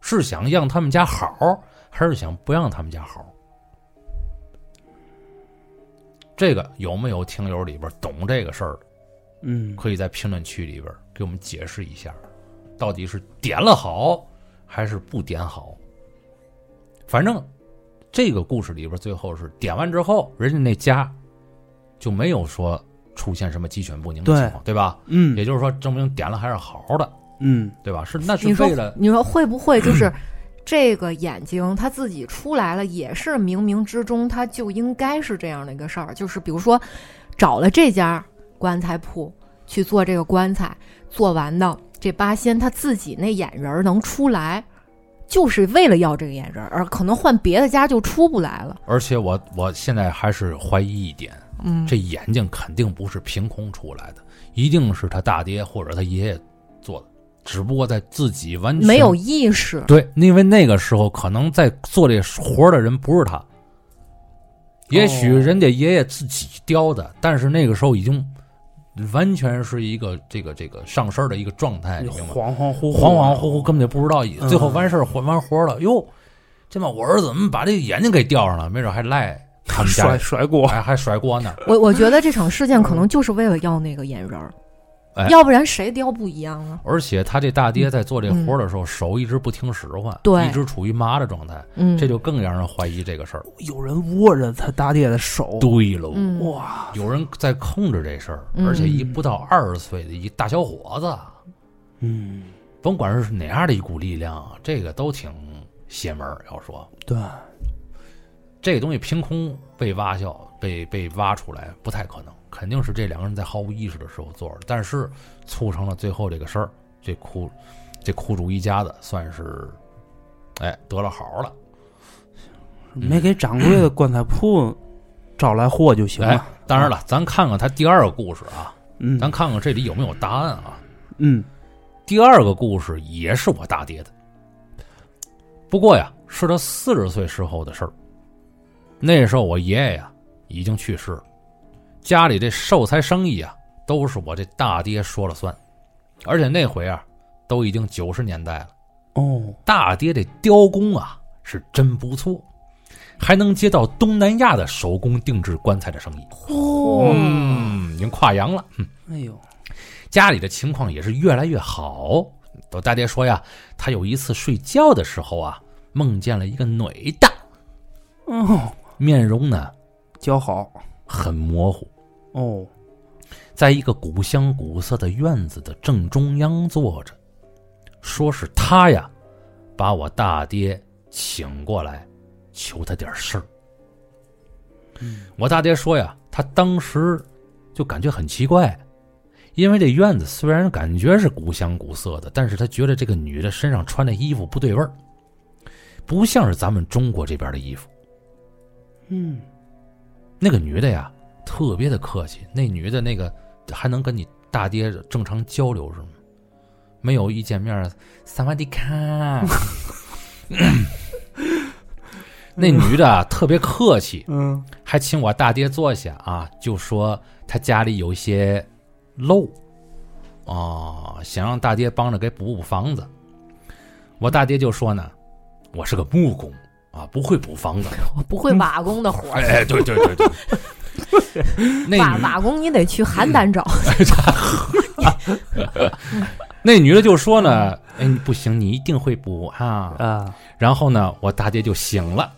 Speaker 1: 是想让他们家好，还是想不让他们家好？这个有没有听友里边懂这个事儿的？
Speaker 3: 嗯，
Speaker 1: 可以在评论区里边给我们解释一下，到底是点了好还是不点好？反正这个故事里边最后是点完之后，人家那家就没有说出现什么鸡犬不宁的
Speaker 3: 对
Speaker 1: 情况，对吧？
Speaker 3: 嗯
Speaker 1: 也就是说，证明点了还是好的，
Speaker 3: 嗯，
Speaker 1: 对吧？是那啊是
Speaker 2: 你说
Speaker 1: 为了嗯
Speaker 2: 你说会不会就是这个眼睛他自己出来了，也是冥冥之中他就应该是这样的一个事儿？就是比如说找了这家棺材铺去做这个棺材，做完的这八仙他自己那眼仁儿能出来，就是为了要这个眼仁儿，而可能换别的家就出不来了。
Speaker 1: 而且我我现在还是怀疑一点，
Speaker 2: 嗯，
Speaker 1: 这眼睛肯定不是凭空出来的，一定是他大爹或者他爷爷做的，只不过在自己完全
Speaker 2: 没有意识。
Speaker 1: 对，因为那个时候可能在做这活儿的人不是他，也许
Speaker 3: 哦
Speaker 1: 人家爷爷自己雕的，但是那个时候已经完全是一个这个这个上身儿的一个状态，你明白吗？
Speaker 3: 恍恍惚惚，
Speaker 1: 恍恍惚惚，根本就不知道，
Speaker 3: 嗯
Speaker 1: 最后完事儿还完活儿了，哟，这妈我儿子怎么把这眼睛给吊上了？没准还赖他们 家
Speaker 3: 甩
Speaker 1: 人，
Speaker 3: 甩锅，
Speaker 1: 还还甩锅呢。
Speaker 2: 我我觉得这场事件可能就是为了要那个眼仁儿，
Speaker 1: 嗯哎
Speaker 2: 要不然谁雕不一样啊呢？
Speaker 1: 而且他这大爹在做这活儿的时候，手一直不听使唤，
Speaker 2: 对
Speaker 1: 一直处于麻的状态，
Speaker 2: 嗯，
Speaker 1: 这就更让人怀疑这个事儿。
Speaker 3: 有人握着他大爹的手，
Speaker 1: 对喽，
Speaker 2: 嗯
Speaker 3: 哇，
Speaker 1: 有人在控制这事儿，
Speaker 2: 嗯
Speaker 1: 而且一不到二十岁的一大小伙子，
Speaker 3: 嗯，
Speaker 1: 甭管是哪样的一股力量啊，这个都挺邪门儿。要说
Speaker 3: 对，
Speaker 1: 这个东西凭空被挖笑、被被挖出来，不太可能，肯定是这两个人在毫无意识的时候做的，但是促成了最后这个事儿，这苦这苦主一家子算是哎得了好了。
Speaker 3: 没给掌柜的棺材铺找来货就行
Speaker 1: 哎
Speaker 3: 了，，
Speaker 1: 当然了，咱看看他第二个故事啊，
Speaker 3: 嗯
Speaker 1: 咱看看这里有没有答案啊。
Speaker 3: 嗯，
Speaker 1: 第二个故事也是我大爹的，不过呀，是他四十岁时候的事儿。那时候我爷爷呀已经去世了，家里这寿材生意啊都是我这大爹说了算，而且那回啊都已经九十年代了，
Speaker 3: 哦，
Speaker 1: 大爹这雕工啊是真不错，还能接到东南亚的手工定制棺材的生意，
Speaker 3: 嚯
Speaker 1: 嗯，已经跨洋了。
Speaker 3: 哎呦，
Speaker 1: 家里的情况也是越来越好。我大爹说呀，他有一次睡觉的时候啊，梦见了一个女的，
Speaker 3: 哦，
Speaker 1: 面容呢
Speaker 3: 姣好
Speaker 1: 很模糊，
Speaker 3: 哦，
Speaker 1: 在一个古香古色的院子的正中央坐着。说是他呀，把我大爹请过来，求他点事儿。我大爹说呀，他当时就感觉很奇怪，因为这院子虽然感觉是古香古色的，但是他觉得这个女的身上穿的衣服不对味儿，不像是咱们中国这边的衣服。
Speaker 3: 嗯，
Speaker 1: 那个女的呀，特别的客气。那女的那个还能跟你大爹正常交流是吗？没有一见面，萨瓦迪卡。那女的啊特别客气，
Speaker 3: 嗯，
Speaker 1: 还请我大爹坐下啊，就说他家里有一些漏，哦，想让大爹帮着给补补房子。我大爹就说呢，我是个木工啊，不会补房子。
Speaker 2: 我不会瓦工的活儿，
Speaker 1: 哎，对对对对，那
Speaker 2: 瓦
Speaker 1: 女嗯
Speaker 2: 瓦工你得去邯郸找。
Speaker 1: 那女的就说呢，哎，你不行，你一定会补啊。
Speaker 3: 啊，
Speaker 1: 然后呢，我大爹就醒了，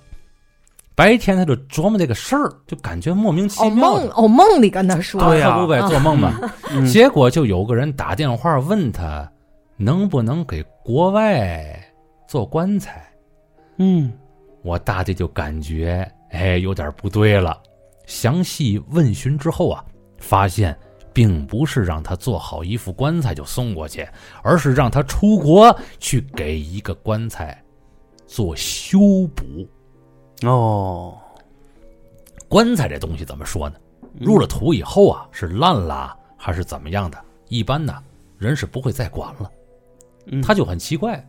Speaker 1: 白天他就琢磨这个事儿，就感觉莫名其
Speaker 2: 哦
Speaker 1: 妙
Speaker 2: 梦
Speaker 1: 的。
Speaker 2: 哦梦里跟他说，
Speaker 3: 对呀
Speaker 1: 可不呗，做梦嘛。结果就有个人打电话问他，能不能给国外做棺材？
Speaker 3: 嗯，
Speaker 1: 我大爹就感觉哎有点不对了，详细问询之后啊，发现并不是让他做好一副棺材就送过去，而是让他出国去给一个棺材做修补。
Speaker 3: 哦，
Speaker 1: 棺材这东西怎么说呢？入了土以后啊，是烂了还是怎么样的？一般呢，人是不会再管了。
Speaker 3: 嗯
Speaker 1: 他就很奇怪，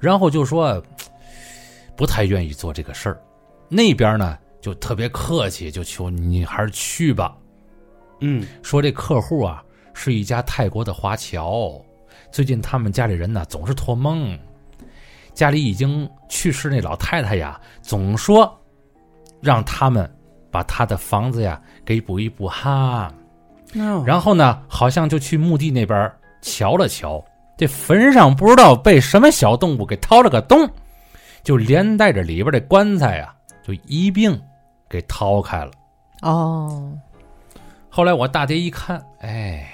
Speaker 1: 然后就说不太愿意做这个事儿。那边呢就特别客气，就求你还是去吧。
Speaker 3: 嗯，
Speaker 1: 说这客户啊是一家泰国的华侨，最近他们家里人呢总是托梦，家里已经去世那老太太呀总说让他们把她的房子呀给补一补哈。
Speaker 3: 然
Speaker 1: 然后呢，好像就去墓地那边瞧了瞧，这坟上不知道被什么小动物给掏了个洞，就连带着里边这棺材啊，就一并给掏开了。
Speaker 2: 哦，
Speaker 1: 后来我大爹一看，哎，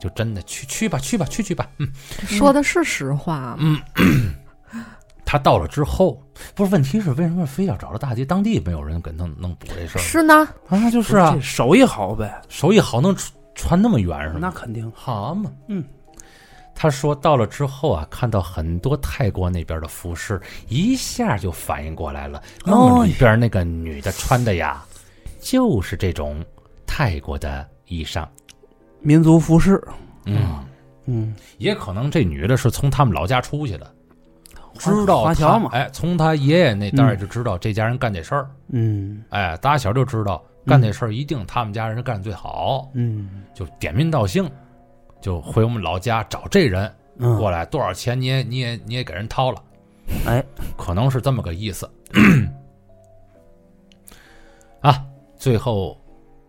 Speaker 1: 就真的去去吧，去吧，去去吧。嗯，
Speaker 2: 说的是实话，啊
Speaker 1: 他到了之后，不是问题是为什么非要找到大爹？当地没有人给弄弄补这事儿
Speaker 2: 是呢，
Speaker 1: 啊？就
Speaker 3: 不
Speaker 1: 是啊
Speaker 3: 这，手艺好呗，
Speaker 1: 手艺好能传传那么远是吗？
Speaker 3: 那肯定，
Speaker 1: 好嘛，
Speaker 3: 嗯。
Speaker 1: 他说到了之后啊，看到很多泰国那边的服饰，一下就反应过来了，
Speaker 3: 哎
Speaker 1: 梦里边那个女的穿的呀，就是这种泰国的衣裳。
Speaker 3: 民族服饰，
Speaker 1: 嗯，
Speaker 3: 嗯，
Speaker 1: 也可能这女的是从他们老家出去的，知道
Speaker 3: 华
Speaker 1: 他
Speaker 3: 侨嘛，
Speaker 1: 哎，从他爷爷那代儿
Speaker 3: 嗯
Speaker 1: 就知道这家人干这事儿，
Speaker 3: 嗯
Speaker 1: 哎，打小就知道干这事儿一定他们家人干得最好，
Speaker 3: 嗯
Speaker 1: 就点名道姓，就回我们老家找这人，
Speaker 3: 嗯，
Speaker 1: 过来，多少钱你也你也你也给人掏了，
Speaker 3: 哎，
Speaker 1: 可能是这么个意思。 啊，最后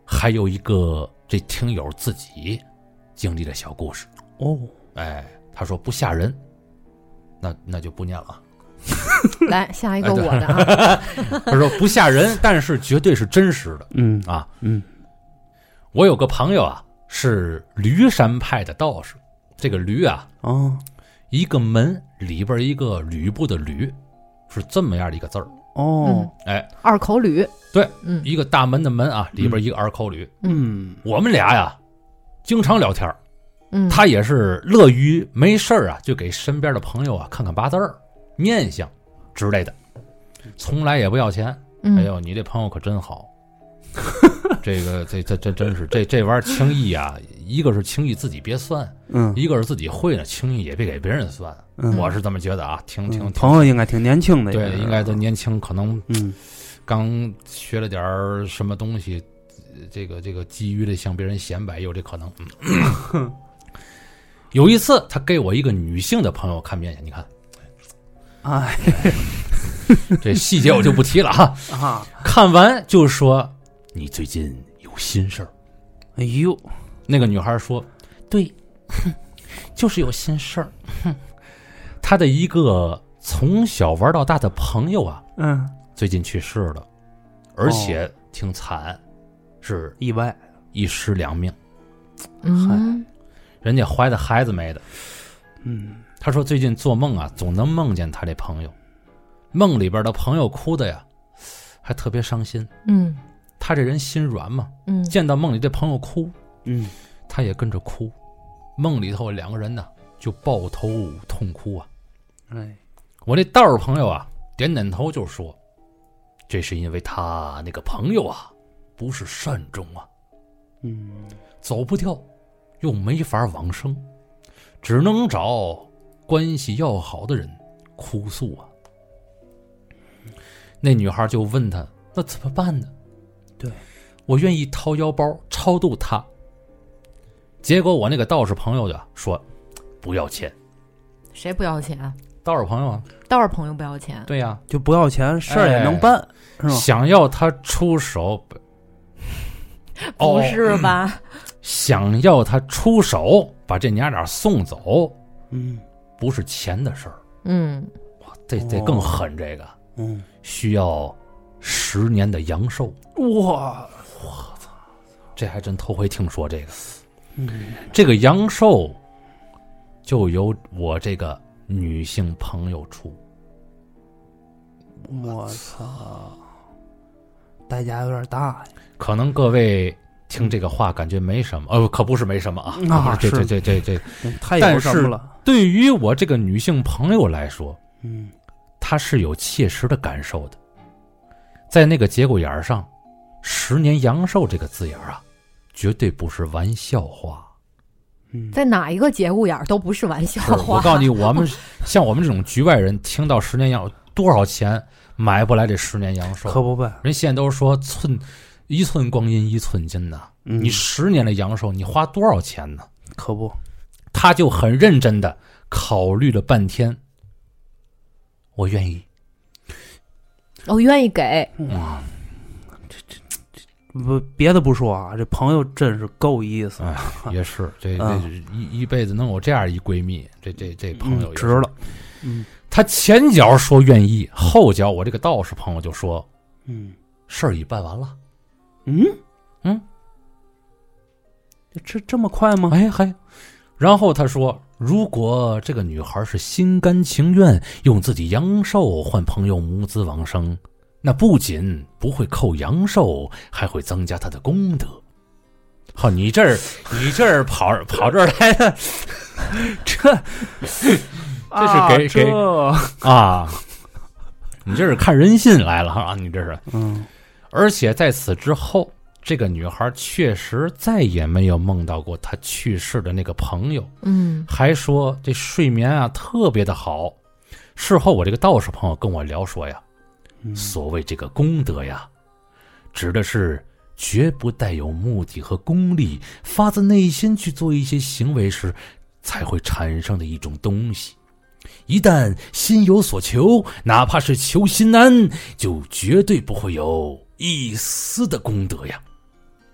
Speaker 1: 还有一个这听友自己经历的小故事，
Speaker 3: 哦，
Speaker 1: 哎，他说不吓人，那那就不念了啊。
Speaker 2: 来下一个
Speaker 1: 哎
Speaker 2: 我
Speaker 1: 对
Speaker 2: 的啊，
Speaker 1: 他说不吓人，但是绝对是真实的
Speaker 3: 嗯
Speaker 1: 啊。
Speaker 3: 嗯，
Speaker 1: 我有个朋友啊，是驴山派的道士，这个驴啊，
Speaker 3: 哦
Speaker 1: 一个门里边一个吕布的吕，是这么样的一个字儿，
Speaker 3: 哦，
Speaker 1: 哎。
Speaker 2: 嗯二口吕，
Speaker 1: 对，
Speaker 2: 嗯
Speaker 1: 一个大门的门啊，里边一个二口吕。
Speaker 3: 嗯
Speaker 1: 我们俩呀，经常聊天儿
Speaker 2: 嗯，
Speaker 1: 他也是乐于没事儿啊，就给身边的朋友啊看看八字儿、面相之类的，从来也不要钱。哎
Speaker 2: 嗯
Speaker 1: 呦，你这朋友可真好。 这个这这这真是这这玩意儿轻易啊，一个是轻易自己别算，
Speaker 3: 嗯
Speaker 1: 一个是自己会呢，轻易也别给别人算。
Speaker 3: 嗯，
Speaker 1: 我是这么觉得啊，挺挺
Speaker 3: 嗯
Speaker 1: 挺
Speaker 3: 朋友应该挺年轻的，
Speaker 1: 对，应该都年轻，可能
Speaker 3: 嗯
Speaker 1: 刚学了点儿什么东西，呃这个这个急于的向别人显摆，有这可能。嗯有一次，他给我一个女性的朋友看面相，你看
Speaker 3: 哎
Speaker 1: 这细节我就不提了哈。
Speaker 3: 啊，
Speaker 1: 看完就说你最近有心事儿。
Speaker 3: 哎呦，
Speaker 1: 那个女孩说：“对， 哼就是有心事儿。哼”她的一个从小玩到大的朋友啊，
Speaker 3: 嗯
Speaker 1: 最近去世了，而且挺惨，是
Speaker 3: 意外，
Speaker 1: 一尸两命，
Speaker 2: 嗯，
Speaker 1: 人家怀的孩子没的。
Speaker 3: 嗯，
Speaker 1: 他说最近做梦啊，总能梦见他这朋友，梦里边的朋友哭的呀，还特别伤心。
Speaker 2: 嗯
Speaker 1: 他这人心软嘛，
Speaker 2: 嗯
Speaker 1: 见到梦里这朋友哭，
Speaker 3: 嗯，
Speaker 1: 他也跟着哭。梦里头两个人呢就抱头痛哭啊。
Speaker 3: 哎，
Speaker 1: 我那道儿朋友啊，点点头就说：“这是因为他那个朋友啊，不是善终啊，
Speaker 3: 嗯，
Speaker 1: 走不掉，又没法往生，只能找关系要好的人哭诉啊。”那女孩就问他：“那怎么办呢？”
Speaker 3: 对，
Speaker 1: 我愿意掏腰包超度他。结果我那个道士朋友就说：“不要钱。
Speaker 2: 谁不要钱？”
Speaker 1: 道士朋友啊，
Speaker 2: 倒是朋友不要钱，
Speaker 1: 对呀、
Speaker 3: 就不要钱，事
Speaker 1: 哎
Speaker 3: 儿也能办，是吧？
Speaker 1: 想要他出手，
Speaker 2: 不
Speaker 1: 哦
Speaker 2: 是吧？
Speaker 1: 想要他出手把这娘俩送走，
Speaker 3: 嗯
Speaker 1: 不是钱的事儿，
Speaker 2: 嗯，
Speaker 1: 这这
Speaker 3: 哦
Speaker 1: 更狠，这个
Speaker 3: 嗯，
Speaker 1: 需要十年的阳寿，
Speaker 3: 哇，
Speaker 1: 这还真头回听说这个。
Speaker 3: 嗯
Speaker 1: 这个阳寿就由我这个女性朋友出，
Speaker 3: 我操，代价有点大呀，
Speaker 1: 可能各位。听这个话感觉没什么，呃，可不是没什么啊，
Speaker 3: 啊
Speaker 1: 可不是
Speaker 3: 是
Speaker 1: 这这这这这，
Speaker 3: 太有什
Speaker 1: 但是
Speaker 3: 么了，
Speaker 1: 对于我这个女性朋友来说，
Speaker 3: 嗯，
Speaker 1: 他是有切实的感受的。在那个节骨眼儿上，“十年阳寿”这个字眼儿啊，绝对不是玩笑话。
Speaker 3: 嗯
Speaker 2: 在哪一个节骨眼儿都不是玩笑
Speaker 1: 是
Speaker 2: 话。
Speaker 1: 我告诉你，我 们像我们这种局外人，听到“十年阳”多少钱买不来这十年阳寿？
Speaker 3: 可不呗，
Speaker 1: 人现在都说寸一寸光阴一寸金呐、
Speaker 3: 嗯
Speaker 1: 你十年的阳寿，你花多少钱呢？
Speaker 3: 可不，
Speaker 1: 他就很认真的考虑了半天，我愿意。
Speaker 2: 我哦愿意给，
Speaker 3: 不别的不说啊，这朋友真是够意思，
Speaker 1: 哎， 也是，这这
Speaker 3: 啊
Speaker 1: 一一辈子能有这样一闺蜜，这这这朋友
Speaker 3: 嗯
Speaker 1: 也
Speaker 3: 值
Speaker 1: 是。
Speaker 3: 了，嗯
Speaker 1: 他前脚说愿意，后脚我这个道士朋友就说
Speaker 3: 嗯
Speaker 1: 事儿已办完了。
Speaker 3: 嗯
Speaker 1: 嗯，
Speaker 3: 这这么快吗？
Speaker 1: 哎嘿，然后他说，如果这个女孩是心甘情愿用自己阳寿换朋友母子往生，那不仅不会扣阳寿，还会增加她的功德。好，你这儿你这儿跑跑这儿来的
Speaker 3: 这
Speaker 1: 啊这是 给给啊，你这是看人信来了啊！你这是，
Speaker 3: 嗯
Speaker 1: 而且在此之后，这个女孩确实再也没有梦到过她去世的那个朋友，
Speaker 2: 嗯
Speaker 1: 还说这睡眠啊特别的好。事后，我这个道士朋友跟我聊说呀，
Speaker 3: 嗯
Speaker 1: 所谓这个功德呀，指的是绝不带有目的和功利，发自内心去做一些行为时才会产生的一种东西。一旦心有所求，哪怕是求心安，就绝对不会有一丝的功德呀。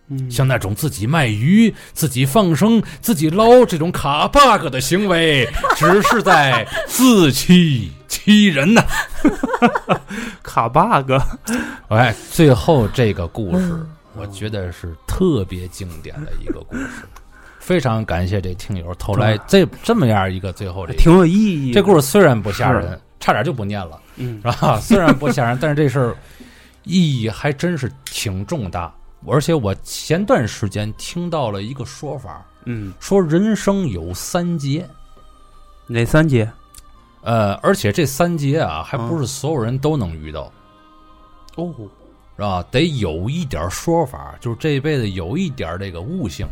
Speaker 3: 嗯
Speaker 1: 像那种自己卖鱼、自己放生、自己捞这种卡 bug 的行为，只是在自欺欺人呐、
Speaker 3: 卡 bug，
Speaker 1: 哎，最后这个故事
Speaker 2: 嗯，
Speaker 1: 我觉得是特别经典的一个故事，非常感谢这听友投来这这么样一个最后这
Speaker 3: 挺有意义的。
Speaker 1: 这故事虽然不吓人
Speaker 3: 是，
Speaker 1: 差点就不念了，
Speaker 3: 嗯
Speaker 1: 是吧？虽然不吓人，但是这事儿意义还真是挺重大。而且我前段时间听到了一个说法，
Speaker 3: 嗯，
Speaker 1: 说人生有三劫，
Speaker 3: 哪三节？
Speaker 1: 呃，而且这三劫啊，还不是所有人都能遇到。
Speaker 3: 哦，
Speaker 1: 是吧？得有一点说法，就是这辈子有一点这个悟性，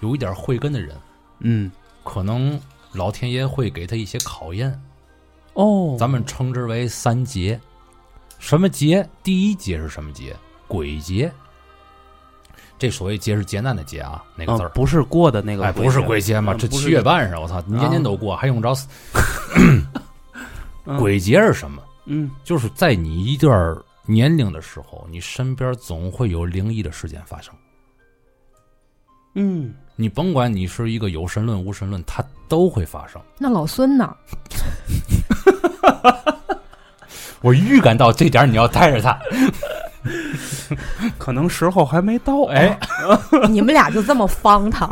Speaker 1: 有一点慧根的人，
Speaker 3: 嗯，
Speaker 1: 可能老天爷会给他一些考验，
Speaker 3: 哦，
Speaker 1: 咱们称之为三劫。什么劫？第一劫是什么劫？鬼劫。这所谓劫是劫难的劫啊，那个字
Speaker 3: 啊
Speaker 1: 儿，。
Speaker 3: 不是过的那个
Speaker 1: 哎，
Speaker 3: 鬼
Speaker 1: 不是鬼劫吗？
Speaker 3: 嗯
Speaker 1: 这
Speaker 3: 不是啊
Speaker 1: 七月半上，我操，年年都过，还用着死？
Speaker 3: 嗯
Speaker 1: 鬼劫是什么？
Speaker 3: 嗯
Speaker 1: 就是在你一段儿年龄的时候，你身边总会有灵异的事件发生。
Speaker 3: 嗯，
Speaker 1: 你甭管你是一个有神论无神论，它都会发生。
Speaker 2: 那老 孙呢？
Speaker 1: 我预感到这点，你要带着他。
Speaker 3: 可能时候还没到、啊
Speaker 1: 哎，，
Speaker 2: 你们俩就这么方啊糖，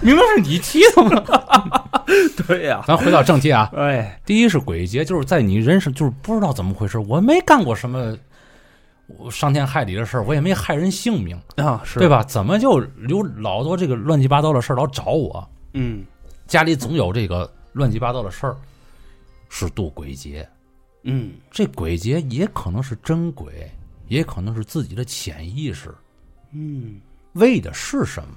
Speaker 3: 明明是你踢的嘛。 对 呀、
Speaker 1: 咱回到正题啊，
Speaker 3: 哎，
Speaker 1: 第一是鬼节，就是在你人生就是不知道怎么回事，我没干过什么我伤天害理的事儿，我也没害人性命，
Speaker 3: 啊，是
Speaker 1: 对？吧？怎么就有老多这个乱七八糟的事儿老找我？
Speaker 3: 嗯
Speaker 1: 家里总有这个乱七八糟的事儿，是渡鬼节。
Speaker 3: 嗯，
Speaker 1: 这鬼节也可能是真鬼，也可能是自己的潜意识。
Speaker 3: 嗯，
Speaker 1: 为的是什么？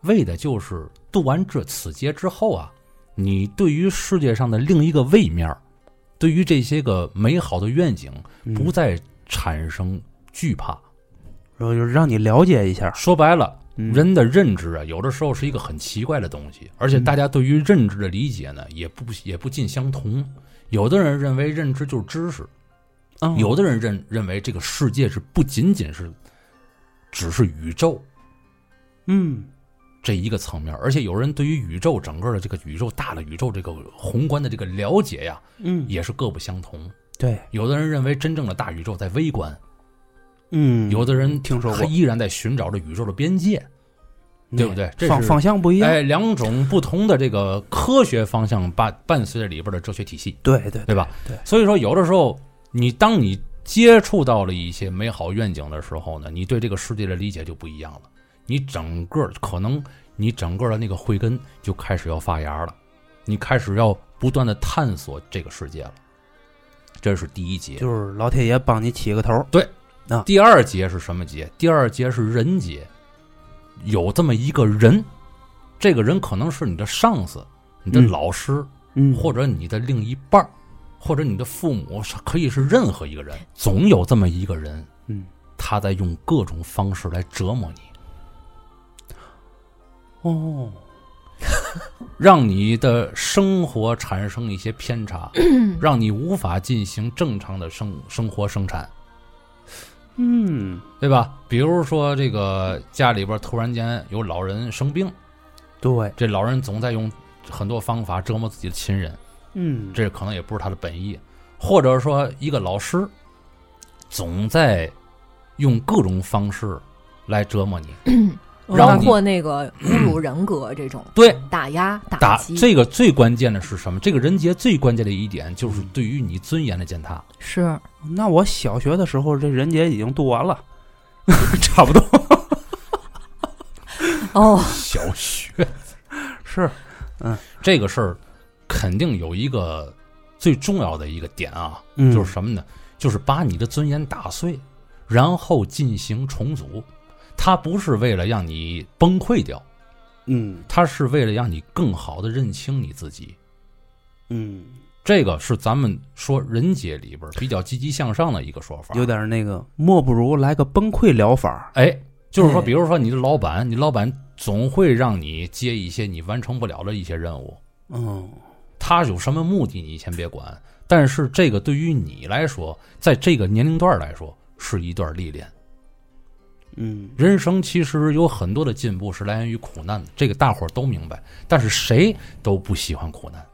Speaker 1: 为的就是渡完这此劫之后啊，你对于世界上的另一个位面儿，对于这些个美好的愿景，不再产生惧怕。
Speaker 3: 然后就是让你了解一下，
Speaker 1: 说白了，
Speaker 3: 嗯
Speaker 1: 人的认知啊，有的时候是一个很奇怪的东西，而
Speaker 3: 嗯
Speaker 1: 且大家对于认知的理解呢，也不也不尽相同。有的人认为认知就是知识，
Speaker 3: 啊
Speaker 1: 有的人认认为这个世界是不仅仅是只是宇宙，
Speaker 3: 嗯
Speaker 1: 这一个层面，而且有人对于宇宙整个的这个宇宙大的宇宙这个宏观的这个了解呀，
Speaker 3: 嗯
Speaker 1: 也是各不相同。
Speaker 3: 对，
Speaker 1: 有的人认为真正的大宇宙在微观，
Speaker 3: 嗯
Speaker 1: 有的人
Speaker 3: 听说过
Speaker 1: 还依然在寻找着宇宙的边界，对不对这
Speaker 3: 方
Speaker 1: 是
Speaker 3: 方向不一样，
Speaker 1: 哎，两种不同的这个科学方向伴伴随着里边的哲学体系，
Speaker 3: 对对
Speaker 1: 对吧？
Speaker 3: 对
Speaker 1: 所以说有的时候你当你接触到了一些美好愿景的时候呢，你对这个世界的理解就不一样了，你整个可能你整个的那个慧根就开始要发芽了，你开始要不断的探索这个世界了，这是第一节。
Speaker 3: 就是老天爷帮你起个头，
Speaker 1: 第二节是什么节？第二节是人节，有这么一个人，这个人可能是你的上司、你的
Speaker 3: 嗯
Speaker 1: 老师，
Speaker 3: 嗯
Speaker 1: 或者你的另一半儿，或者你的父母，是可以是任何一个人，总有这么一个人，
Speaker 3: 嗯，
Speaker 1: 他在用各种方式来折磨你，
Speaker 3: 哦，
Speaker 1: 让你的生活产生一些偏 差，让你无法进行正常的生生活生产。
Speaker 3: 嗯
Speaker 1: 对吧？比如说，这个家里边突然间有老人生病，
Speaker 3: 对，
Speaker 1: 这老人总在用很多方法折磨自己的亲人，
Speaker 3: 嗯
Speaker 1: 这可能也不是他的本意，或者说一个老师总在用各种方式来折磨你，
Speaker 2: 包
Speaker 1: 让你
Speaker 2: 括那个侮辱人格这种
Speaker 1: 对。
Speaker 2: 打压、
Speaker 1: 打
Speaker 2: 击，
Speaker 1: 这个最关键的是什么？这个人节最关键的一点就是对于你尊严的践踏。
Speaker 2: 是
Speaker 3: 那我小学的时候这人节已经度完了，差不多
Speaker 2: 哦，
Speaker 1: 小学
Speaker 3: 是，
Speaker 1: 这个事儿，肯定有一个最重要的一个点啊，
Speaker 3: 嗯
Speaker 1: 就是什么呢？就是把你的尊严打碎，然后进行重组。它不是为了让你崩溃掉，
Speaker 3: 嗯
Speaker 1: 它是为了让你更好的认清你自己。
Speaker 3: 嗯，
Speaker 1: 这个是咱们说人节里边比较积极向上的一个说法。
Speaker 3: 有点那个，莫不如来个崩溃疗法，
Speaker 1: 哎，就是说，
Speaker 3: 哎
Speaker 1: 比如说你的老板，你老板总会让你接一些你完成不了的一些任务，
Speaker 3: 嗯
Speaker 1: 他有什么目的你先别管。但是这个对于你来说，在这个年龄段来说，是一段历练。
Speaker 3: 嗯
Speaker 1: 人生其实有很多的进步是来源于苦难的，这个大伙儿都明白。但是谁都不喜欢苦难，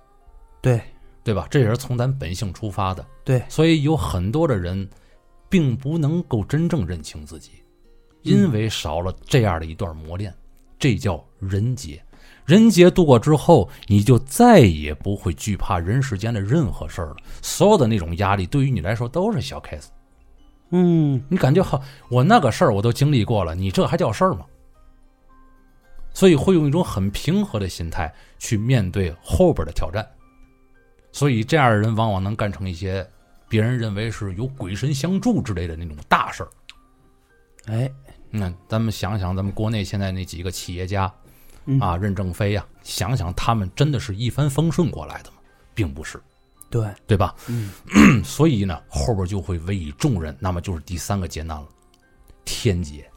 Speaker 3: 对
Speaker 1: 对吧？这也是从咱本性出发的。
Speaker 3: 对，
Speaker 1: 所以有很多的人并不能够真正认清自己，因为少了这样的一段磨练，这叫人劫。人劫度过之后，你就再也不会惧怕人世间的任何事儿了。所有的那种压力，对于你来说都是小 case。
Speaker 3: 嗯
Speaker 1: 你感觉好，我那个事儿我都经历过了，你这还叫事儿吗？所以会用一种很平和的心态去面对后边的挑战，所以这样的人往往能干成一些别人认为是有鬼神相助之类的那种大事儿。
Speaker 3: 哎
Speaker 1: 嗯，咱们想想咱们国内现在那几个企业家
Speaker 3: 嗯
Speaker 1: 啊，任正非呀、想想他们真的是一帆风顺过来的吗？并不是，
Speaker 3: 对，
Speaker 1: 对吧？
Speaker 3: 嗯
Speaker 1: 所以呢，后边就会委以重任，那么就是第三个劫难了，天劫。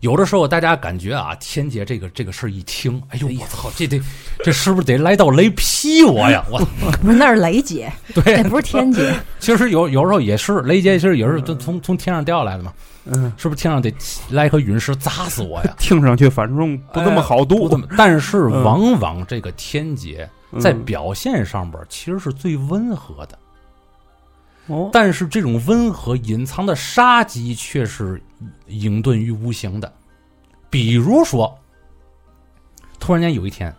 Speaker 1: 有的时候大家感觉啊，天劫这个这个事儿一听，哎呦我操，这得这是不是得来到雷劈我呀？ 我
Speaker 2: 不是那是雷姐，那
Speaker 1: 对，
Speaker 2: 不是天姐，
Speaker 1: 其实有有时候也是雷劫，其实也是从从从天上掉下来的嘛，
Speaker 3: 嗯，
Speaker 1: 是不是天上得来一颗陨石砸死我呀？哎
Speaker 3: 听上去反正不那么好
Speaker 1: 不
Speaker 3: 度，
Speaker 1: 怎么，但是
Speaker 3: 嗯
Speaker 1: 往往这个天劫
Speaker 3: 嗯
Speaker 1: 在表现上边儿其实是最温和的。
Speaker 3: 哦，
Speaker 1: 但是这种温和隐藏的杀机却是隐遁于无形的。比如说，突然间有一天，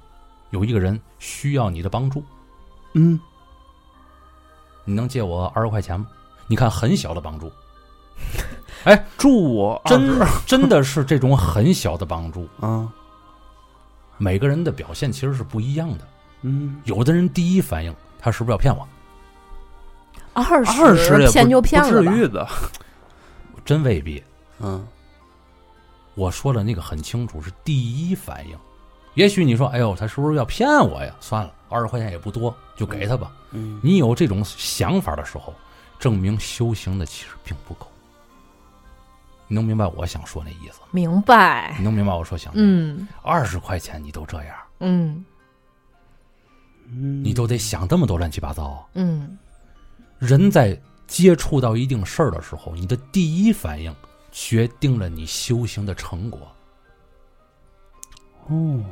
Speaker 1: 有一个人需要你的帮助，
Speaker 3: 嗯，
Speaker 1: 你能借我二十块钱吗？你看，很小的帮助，
Speaker 3: 助我
Speaker 1: 真 真的是这种很小的帮助。
Speaker 3: 啊，
Speaker 1: 每个人的表现其实是不一样的。
Speaker 3: 嗯，
Speaker 1: 有的人第一反应，他是不是要骗我？
Speaker 2: 二
Speaker 3: 二十也不
Speaker 2: 骗就骗
Speaker 3: 不
Speaker 2: 了
Speaker 3: 至
Speaker 2: 吧，
Speaker 3: 于的，
Speaker 1: 真未必。
Speaker 3: 嗯
Speaker 1: 我说的那个很清楚，是第一反应。也许你说：“哎呦，他是不是要骗我呀？”算了，二十块钱也不多，就给他吧。
Speaker 3: 嗯，
Speaker 1: 你有这种想法的时候，证明修行的其实并不够。你能明白我想说那意思吗？
Speaker 2: 明白？
Speaker 1: 你能明白我说想？，
Speaker 2: 嗯
Speaker 1: 二十块钱你都这样，
Speaker 2: 嗯
Speaker 3: 嗯
Speaker 1: 你都得想这么多乱七八糟。啊
Speaker 2: 嗯，
Speaker 1: 人在接触到一定事儿的时候，你的第一反应决定了你修行的成果。
Speaker 3: 哦，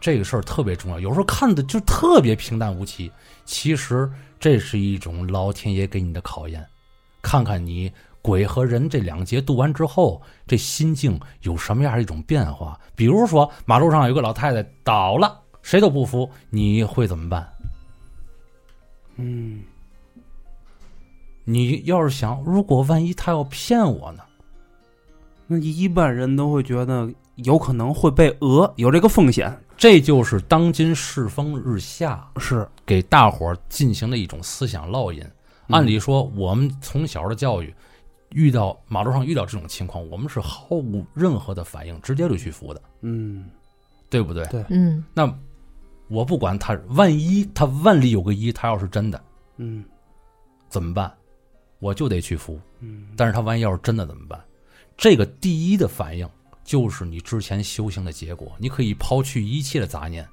Speaker 1: 这个事儿特别重要。有时候看的就特别平淡无奇，其实这是一种老天爷给你的考验，看看你鬼和人这两劫渡完之后，这心境有什么样一种变化。比如说，马路上有个老太太倒了，谁都不服，你会怎么办？
Speaker 3: 嗯
Speaker 1: 你要是想，如果万一他要骗我呢？
Speaker 3: 那一般人都会觉得有可能会被讹，有这个风险，
Speaker 1: 这就是当今世风日下
Speaker 3: 是
Speaker 1: 给大伙儿进行的一种思想烙印。按理说，我们从小的教育，遇到马路上遇到这种情况，我们是毫无任何的反应，直接就去扶的，
Speaker 3: 嗯，
Speaker 1: 对不对？
Speaker 3: 对
Speaker 2: 嗯
Speaker 1: 那我不管他，万一他万里有个一，他要是真的
Speaker 3: 嗯
Speaker 1: 怎么办？我就得去扶。
Speaker 3: 嗯
Speaker 1: 但是他万一要是真的怎么办？这个第一的反应就是你之前修行的结果，你可以抛去一切的杂念，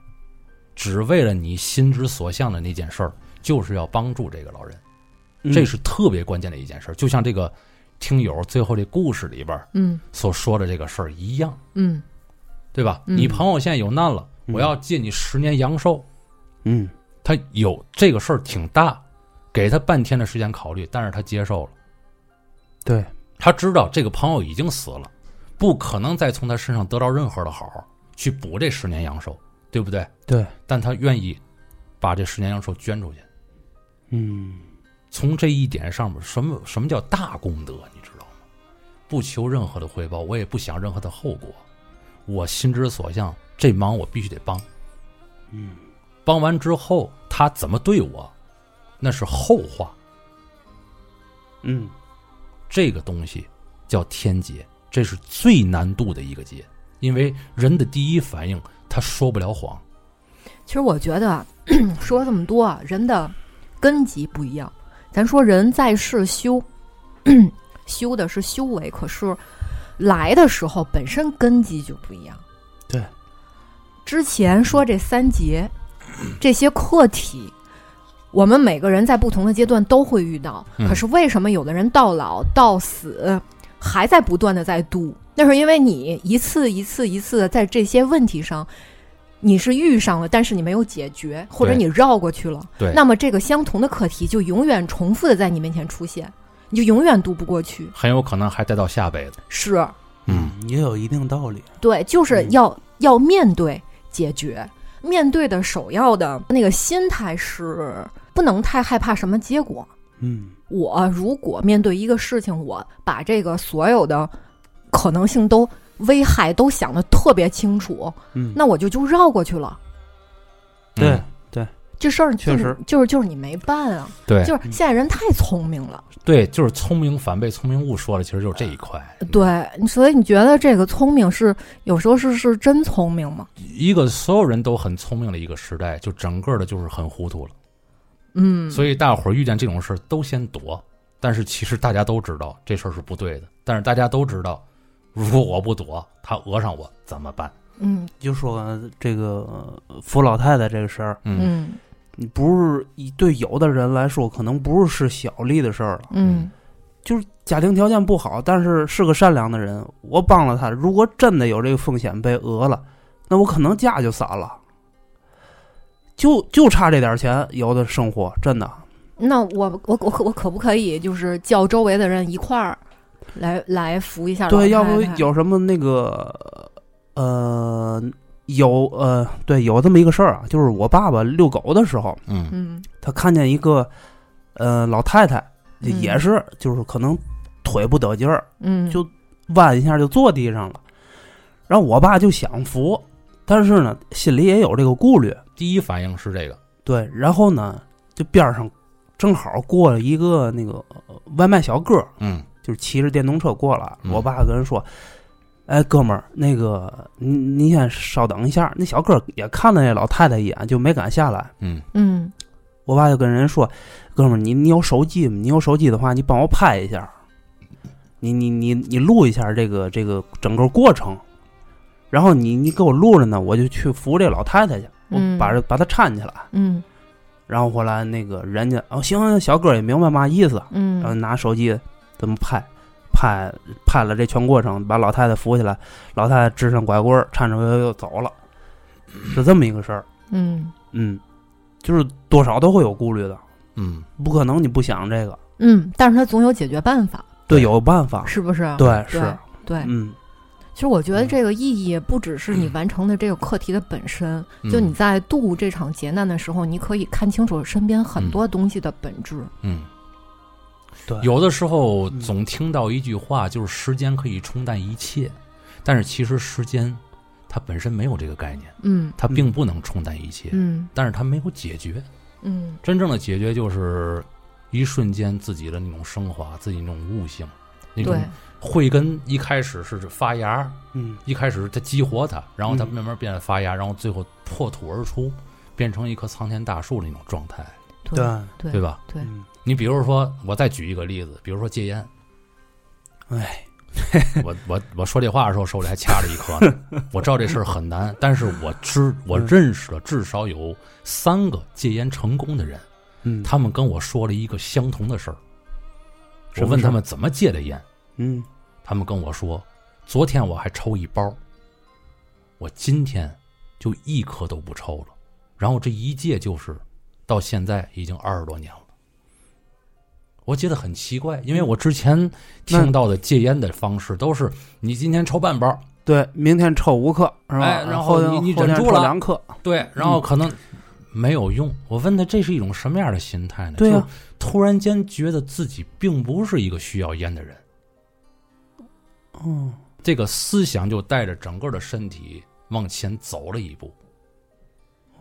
Speaker 1: 只为了你心之所向的那件事儿，就是要帮助这个老人。
Speaker 3: 嗯，
Speaker 1: 这是特别关键的一件事儿。就像这个听友最后这故事里边儿
Speaker 2: 嗯
Speaker 1: 所说的这个事儿一样，
Speaker 2: 嗯
Speaker 1: 对吧？
Speaker 2: 嗯
Speaker 1: 你朋友现在有难了，
Speaker 3: 嗯
Speaker 1: 我要借你十年阳寿，
Speaker 3: 嗯
Speaker 1: 他有这个事儿挺大，给他半天的时间考虑，但是他接受了，
Speaker 3: 对，
Speaker 1: 他知道这个朋友已经死了，不可能再从他身上得到任何的好去补这十年阳寿，对不对？
Speaker 3: 对，
Speaker 1: 但他愿意把这十年阳寿捐出去。
Speaker 3: 嗯
Speaker 1: 从这一点上面，什么什么叫大功德，你知道吗？不求任何的回报，我也不想任何的后果，我心之所向，这忙我必须得帮。
Speaker 3: 嗯
Speaker 1: 帮完之后，他怎么对我，那是后话。
Speaker 3: 嗯
Speaker 1: 这个东西叫天劫，这是最难度的一个劫，因为人的第一反应他说不了谎。
Speaker 2: 其实我觉得啊 说这么多啊，人的根基不一样。咱说人在世修， 修的是修为，可是来的时候本身根基就不一样。
Speaker 3: 对，
Speaker 2: 之前说这三节，
Speaker 1: 嗯
Speaker 2: 这些课题，我们每个人在不同的阶段都会遇到。
Speaker 1: 嗯
Speaker 2: 可是为什么有的人到老到死还在不断的在度？那是因为你一次一次一次的在这些问题上，你是遇上了，但是你没有解决，或者
Speaker 1: 对
Speaker 2: 你绕过去了。
Speaker 1: 对
Speaker 2: 那么这个相同的课题就永远重复的在你面前出现，你就永远渡不过去。
Speaker 1: 很有可能还带到下辈子。
Speaker 2: 是
Speaker 1: 嗯，
Speaker 3: 也有一定道理，
Speaker 2: 对，就是
Speaker 3: 嗯
Speaker 2: 要、要面对解决，面对的首要的那个心态是不能太害怕什么结果。
Speaker 3: 嗯
Speaker 2: 我如果面对一个事情，我把这个所有的可能性都危害都想得特别清楚，
Speaker 3: 嗯，
Speaker 2: 那我就就绕过去了。
Speaker 3: 对
Speaker 1: 嗯
Speaker 2: 这事儿就
Speaker 3: 确
Speaker 2: 是
Speaker 3: 实
Speaker 2: 就是就是你没办啊，
Speaker 1: 对嗯
Speaker 2: 就是现在人太聪明了，
Speaker 1: 对，就是聪明反被聪明误说的，其实就是这一块。
Speaker 2: 呃对，所以你觉得这个聪明是有时候是是真聪明吗？
Speaker 1: 一个所有人都很聪明的一个时代，就整个的就是很糊涂了。
Speaker 2: 嗯，
Speaker 1: 所以大伙儿遇见这种事儿都先躲，但是其实大家都知道这事儿是不对的，但是大家都知道，如果我不躲，他讹上我怎么办？
Speaker 2: 嗯
Speaker 3: 就说呃这个呃扶老太太这个事儿，
Speaker 1: 嗯
Speaker 2: 嗯
Speaker 3: 你不是一对有的人来说，可能不是是小利的事儿了，
Speaker 2: 嗯
Speaker 3: 就是家庭条件不好，但是是个善良的人，我帮了他。如果真的有这个风险被讹了，那我可能家
Speaker 2: 啊
Speaker 3: 就散了，就就差这点钱，有的生活真的，
Speaker 2: 那我我我可我可不可以就是叫周围的人一块儿来来扶一下老
Speaker 3: 对，要
Speaker 2: 太
Speaker 3: 不
Speaker 2: 太
Speaker 3: 有什么那个呃，有呃，对，有这么一个事儿啊，就是我爸爸遛狗的时候，
Speaker 1: 嗯
Speaker 2: 嗯
Speaker 3: 他看见一个呃老太太，
Speaker 2: 嗯
Speaker 3: 也是就是可能腿不得劲儿，
Speaker 2: 嗯
Speaker 3: 就弯一下就坐地上了，然后我爸就想扶，但是呢心里也有这个顾虑，
Speaker 1: 第一反应是这个，
Speaker 3: 对，然后呢就边上正好过了一个那个呃外卖小哥，
Speaker 1: 嗯
Speaker 3: 就是骑着电动车过来。
Speaker 1: 嗯
Speaker 3: 我爸跟人说：“哎，哥们儿，那个你你先稍等一下。”那小哥也看了那老太太一眼，就没敢下来。
Speaker 1: 嗯
Speaker 2: 嗯
Speaker 3: 我爸就跟人说：“哥们儿，你你有手机吗？你有手机的话，你帮我拍一下，你你你你录一下这个这个整个过程，然后你你给我录着呢，我就去扶这老太太去，我
Speaker 2: 嗯
Speaker 3: 把这把她搀起来。
Speaker 2: 嗯
Speaker 3: 然后后来那个人家哦行，行小哥也明白嘛意思，然后
Speaker 2: 嗯
Speaker 3: 拿手机这么拍，拍拍了这全过程，把老太太扶起来，老太太支上拐棍儿，颤颤巍巍又走了，是这么一个事儿。
Speaker 2: 嗯
Speaker 3: 嗯，就是多少都会有顾虑的，
Speaker 1: 嗯，
Speaker 3: 不可能你不想这个，
Speaker 2: 嗯，但是他总有解决办法，
Speaker 3: 对，有办法，
Speaker 2: 是不是？
Speaker 3: 对
Speaker 2: 对
Speaker 3: 是，
Speaker 2: 对，
Speaker 3: 嗯
Speaker 2: 其实我觉得这个意义不只是你完成的这个课题的本身，
Speaker 1: 嗯
Speaker 2: 就你在度这场劫难的时候，你可以看清楚身边
Speaker 3: 嗯
Speaker 2: 很多东西的本质。
Speaker 1: 嗯，
Speaker 3: 对，
Speaker 1: 有的时候
Speaker 3: 嗯
Speaker 1: 总听到一句话，就是时间可以冲淡一切，但是其实时间它本身没有这个概念，
Speaker 2: 嗯
Speaker 1: 它并不能冲淡一切，
Speaker 2: 嗯
Speaker 1: 但是它没有解决。
Speaker 2: 嗯
Speaker 1: 真正的解决就是一瞬间自己的那种升华，自己那种悟性，那种
Speaker 2: 对，
Speaker 1: 慧根一开始是发芽，
Speaker 3: 嗯
Speaker 1: 一开始它激活它，然后它
Speaker 3: 嗯
Speaker 1: 慢慢变得发芽，然后最后破土而出，变成一棵苍天大树的那种状态，
Speaker 3: 对
Speaker 2: 对，对
Speaker 1: 对吧？
Speaker 2: 对
Speaker 3: 嗯
Speaker 1: 你比如说，我再举一个例子，比如说戒烟，
Speaker 3: 哎，
Speaker 1: 我我我说这话的时候手里还掐着一颗呢，我知道这事儿很难，但是我知我
Speaker 3: 嗯
Speaker 1: 认识了至少有三个戒烟成功的人，
Speaker 3: 嗯
Speaker 1: 他们跟我说了一个相同的事儿，
Speaker 3: 什
Speaker 1: 我
Speaker 3: 么
Speaker 1: 问
Speaker 3: 事儿
Speaker 1: 他们怎么戒的烟，
Speaker 3: 嗯
Speaker 1: 他们跟我说，昨天我还抽一包，我今天就一颗都不抽了。然后这一戒就是到现在已经二十多年了。我觉得很奇怪，因为我之前听到的戒烟的方式都是你今天抽半包，
Speaker 3: 对，明天抽五克是吧？
Speaker 1: 哎然后
Speaker 3: 天
Speaker 1: 你你
Speaker 3: 后天
Speaker 1: 忍住
Speaker 3: 抽
Speaker 1: 了
Speaker 3: 两克，
Speaker 1: 对，然
Speaker 3: 嗯
Speaker 1: 后可能没有用。我问他这是一种什么样的心态呢？
Speaker 3: 对啊呀
Speaker 1: 就突然间觉得自己并不是一个需要烟的人。
Speaker 3: 嗯
Speaker 1: 这个思想就带着整个的身体往前走了一步，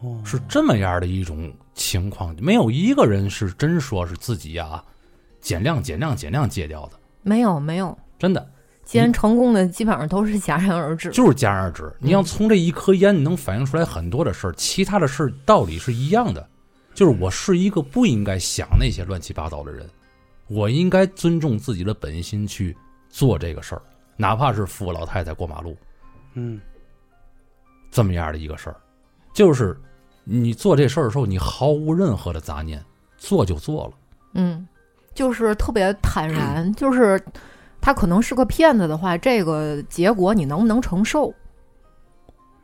Speaker 3: 哦
Speaker 1: 是这么样的一种情况。没有一个人是真说是自己呀、啊减量、减量、减量戒掉的，
Speaker 2: 没有没有，
Speaker 1: 真的
Speaker 2: 既然成功的基本上都是嗯戛然而止。
Speaker 1: 就是戛然而止。你要从这一颗烟，你能反映出来很多的事儿，其他的事儿道理是一样的。就是我是一个不应该想那些乱七八糟的人，我应该尊重自己的本心去做这个事儿，哪怕是扶老太太过马路，
Speaker 3: 嗯
Speaker 1: 这么样的一个事儿，就是你做这事儿的时候，你毫无任何的杂念，做就做了。
Speaker 2: 嗯，就是特别坦然， 就是他可能是个骗子的话，这个结果你能不能承受？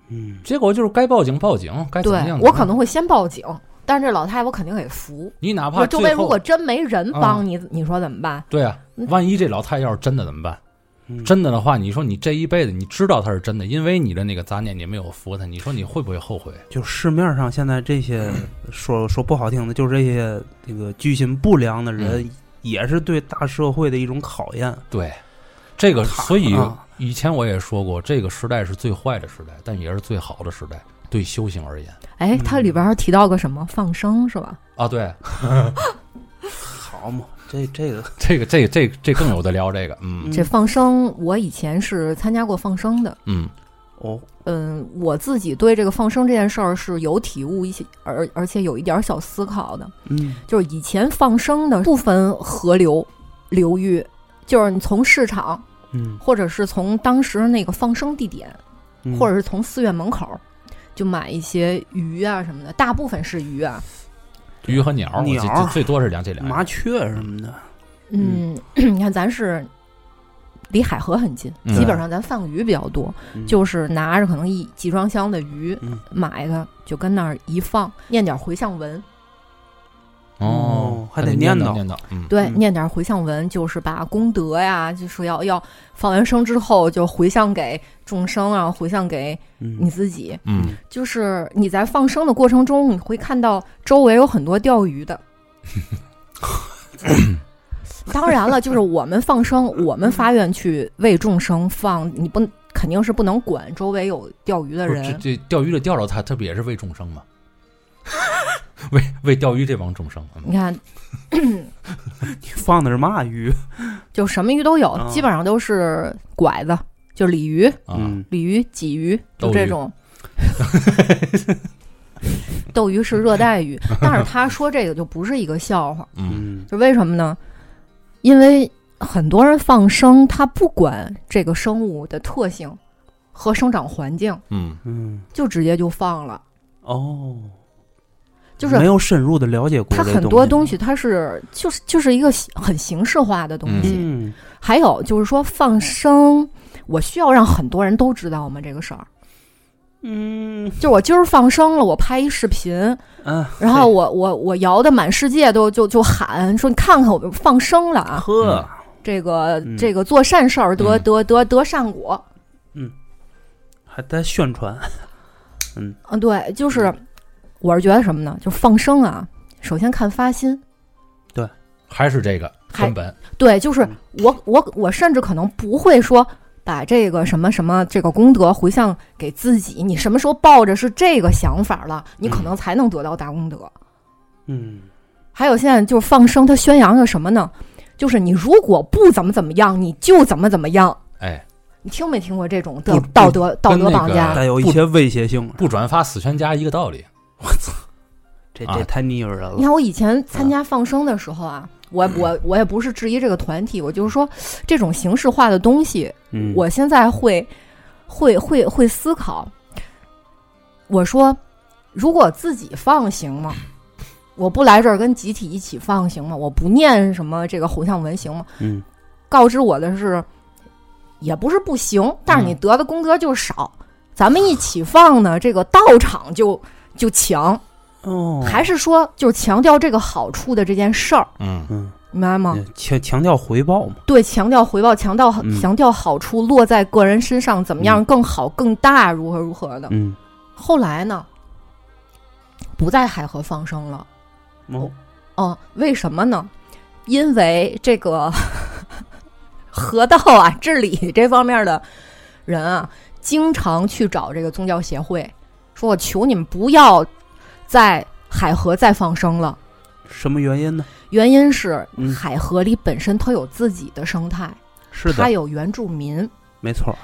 Speaker 3: 嗯
Speaker 1: 结果就是该报警报警，该怎
Speaker 2: 对
Speaker 1: 么样怎么样
Speaker 2: 我可能会先报警，但是这老太太我肯定得服。
Speaker 1: 你哪
Speaker 2: 我
Speaker 1: 怕
Speaker 2: 周
Speaker 1: 最
Speaker 2: 围
Speaker 1: 后嗯
Speaker 2: 如果真没人帮你，你说怎么办？
Speaker 1: 对啊，
Speaker 2: 嗯
Speaker 1: 万一这老太太要是真的怎么办？
Speaker 3: 嗯
Speaker 1: 真的的话，你说你这一辈子你知道她是真的，因为你的那个杂念你没有服她，你说你会不会后悔？
Speaker 3: 就市面上现在这些说说不好听的，就是这些这个居心不良的人，也是对大社会的一种考验。
Speaker 1: 对，这个
Speaker 3: 怕
Speaker 1: 所以
Speaker 3: 啊
Speaker 1: 以前我也说过，这个时代是最坏的时代，但也是最好的时代，对修行而言
Speaker 2: 哎，它里边还提到个什么放生是吧？
Speaker 1: 啊，对，
Speaker 3: 好嘛，这这个
Speaker 1: 这个这个这个这更有的聊，这个，嗯
Speaker 2: 这放生，我以前是参加过放生的。
Speaker 1: 嗯
Speaker 3: 哦，
Speaker 2: 嗯，我自己对这个放生这件事儿是有体悟一些，而而且有一点儿小思考的。
Speaker 3: 嗯
Speaker 2: 就是以前放生的不分河流流域，就是你从市场，
Speaker 3: 嗯，
Speaker 2: 或者是从当时那个放生地点，
Speaker 3: 嗯
Speaker 2: 或者是从寺院门口，就买一些鱼啊什么的，大部分是鱼啊。
Speaker 1: 鱼和鸟，我记
Speaker 3: 鸟
Speaker 1: 最最多是两这两样
Speaker 3: 麻雀什么的，
Speaker 2: 嗯
Speaker 3: 嗯，
Speaker 2: 你看咱是离海河很近，
Speaker 1: 嗯
Speaker 2: 基本上咱放鱼比较多，
Speaker 3: 嗯
Speaker 2: 就是拿着可能一集装箱的鱼
Speaker 3: 嗯
Speaker 2: 买的，就跟那儿一放，念点回向文。
Speaker 1: 哦，
Speaker 3: 还
Speaker 1: 得
Speaker 3: 得
Speaker 1: 念
Speaker 3: 叨。
Speaker 1: 念叨，嗯，
Speaker 2: 对，
Speaker 3: 嗯
Speaker 2: 念点回向文，就是把功德呀，就说要要放完生之后就回向给众生，然后回向给你
Speaker 3: 嗯，
Speaker 2: 自己。
Speaker 1: 嗯，
Speaker 2: 就是你在放生的过程中，你会看到周围有很多钓鱼的。当然了，就是我们放生，我们发愿去为众生放，你不肯定是不能管周围有钓鱼的
Speaker 1: 不是这
Speaker 2: 人。
Speaker 1: 这钓鱼的钓着他，他不也是为众生吗？ 为为钓鱼这帮众生，嗯
Speaker 2: 你看，
Speaker 3: 你放的是嘛鱼？
Speaker 2: 就什么鱼都有，基本上都是拐子，就是鲤鱼、
Speaker 1: 啊，，
Speaker 3: 嗯
Speaker 2: 鲤鱼、鲫鱼，就
Speaker 1: 斗
Speaker 2: 这
Speaker 1: 鱼
Speaker 2: 种。斗鱼是热带鱼，但是他说这个就不是一个笑话，
Speaker 1: 嗯
Speaker 3: 嗯
Speaker 2: 就为什么呢？因为很多人放生，他不管这个生物的特性和生长环境，
Speaker 1: 嗯，
Speaker 3: 嗯，
Speaker 2: 就直接就放了。
Speaker 3: 哦，
Speaker 2: 就是
Speaker 3: 没有深入的了解过
Speaker 2: 它
Speaker 3: 这
Speaker 2: 很多
Speaker 3: 东
Speaker 2: 东西，它是就是就是一个形很形式化的东西。
Speaker 3: 嗯，
Speaker 2: 还有就是说放生，我需要让很多人都知道吗？这个事儿，
Speaker 3: 嗯
Speaker 2: 就我今儿放生了，我拍一视频，
Speaker 3: 嗯，
Speaker 2: 然后我我我摇的满世界都就就喊说你看看我放生了啊，
Speaker 3: 呵，
Speaker 2: 这个、
Speaker 3: 嗯
Speaker 2: 这个做善事儿得、
Speaker 1: 嗯
Speaker 2: 得得得善果，
Speaker 3: 还在宣传，
Speaker 2: 嗯，对，就是我是觉得什么呢？就放生啊，首先看发心，
Speaker 1: 还是这个
Speaker 2: 还
Speaker 1: 根本，
Speaker 2: 对，就是
Speaker 3: 嗯
Speaker 2: 我我我甚至可能不会说。把这个什么什么这个功德回向给自己，你什么时候抱着是这个想法了，你可能才能得到大功德。
Speaker 3: 嗯
Speaker 2: 还有现在就是放生，它宣扬的什么呢？就是你如果不怎么怎么样，你就怎么怎么样。
Speaker 1: 哎，
Speaker 2: 你听没听过这种道
Speaker 1: 不
Speaker 2: 道德道
Speaker 1: 跟
Speaker 2: 德
Speaker 1: 那
Speaker 2: 绑架？
Speaker 1: 个嗯
Speaker 3: 带有一些威胁性，
Speaker 1: 不转发死全家一个道理，
Speaker 3: 这
Speaker 1: 啊
Speaker 3: 这太腻歪人
Speaker 2: 你
Speaker 3: 了。
Speaker 2: 看我以前参加放生的时候
Speaker 1: 嗯
Speaker 2: 啊，我我我也不是质疑这个团体，我就是说这种形式化的东西，
Speaker 3: 嗯，
Speaker 2: 我现在会会会会思考。我说，如果自己放行吗？我不来这儿跟集体一起放行吗？我不念什么这个回向文行吗？
Speaker 3: 嗯
Speaker 2: 告知我的是，也不是不行，但是
Speaker 3: 嗯
Speaker 2: 你得的功德就少。咱们一起放呢，这个道场就就强，
Speaker 3: 哦，
Speaker 2: 还是说就强调这个好处的这件事儿，
Speaker 1: 嗯
Speaker 3: 嗯
Speaker 2: 明白吗？
Speaker 3: 强强调回报嘛，
Speaker 2: 对，强调回报，强调
Speaker 3: 嗯
Speaker 2: 强调好处落在个人身上怎么样更好、更大，如何如何的。
Speaker 3: 嗯，
Speaker 2: 后来呢，不在海河放生了。
Speaker 3: 哦，
Speaker 2: 哦，为什么呢？因为这个 河道啊、治理这方面的人啊，经常去找这个宗教协会，说我求你们不要在海河再放生了。
Speaker 3: 什么原因呢？
Speaker 2: 原因是
Speaker 3: 嗯
Speaker 2: 海河里本身它有自己的生态，
Speaker 3: 是
Speaker 2: 它
Speaker 3: 的，
Speaker 2: 有原住民。
Speaker 3: 没错，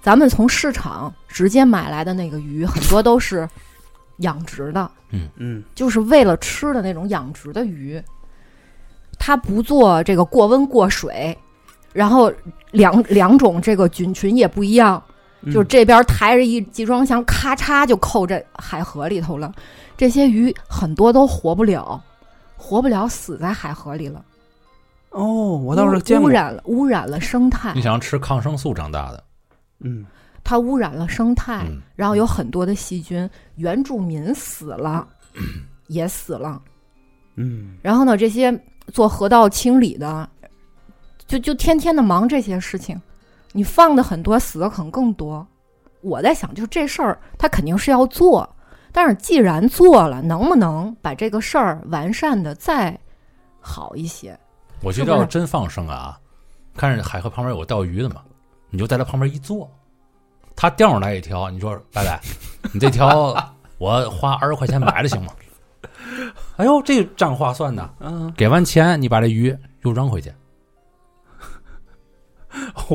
Speaker 2: 咱们从市场直接买来的那个鱼，很多都是养殖的，
Speaker 3: 嗯
Speaker 2: 就是为了吃的那种养殖的鱼，它不做这个过温过水，然后两两种这个菌群也不一样，
Speaker 3: 嗯
Speaker 2: 就是这边抬着一集装箱，咔嚓就扣这海河里头了。这些鱼很多都活不了，活不了，死在海河里了。
Speaker 3: 哦，我倒是
Speaker 2: 污
Speaker 3: 见
Speaker 2: 污
Speaker 3: 过，
Speaker 2: 染了，污染了生态
Speaker 1: 你，想吃抗生素长大的，
Speaker 3: 嗯
Speaker 2: 它污染了生态，
Speaker 1: 嗯
Speaker 2: 然后有很多的细菌，原住民死了，也死了。
Speaker 3: 嗯
Speaker 2: 然后呢，这些做河道清理的，就就天天的忙这些事情，你放的很多，死的可能更多。我在想，就是这事儿，他肯定是要做，但是既然做了，能不能把这个事儿完善的再好一些？
Speaker 1: 我觉
Speaker 2: 是
Speaker 1: 得
Speaker 2: 不是
Speaker 1: 要是真放生啊，看着海河旁边有钓鱼的嘛，你就在它旁边一坐，它钓上来一条，你说拜拜，你这条我花二十块钱买了行吗？哎呦，这账划算呐！
Speaker 3: 嗯，
Speaker 1: 给完钱，你把这鱼又扔回去，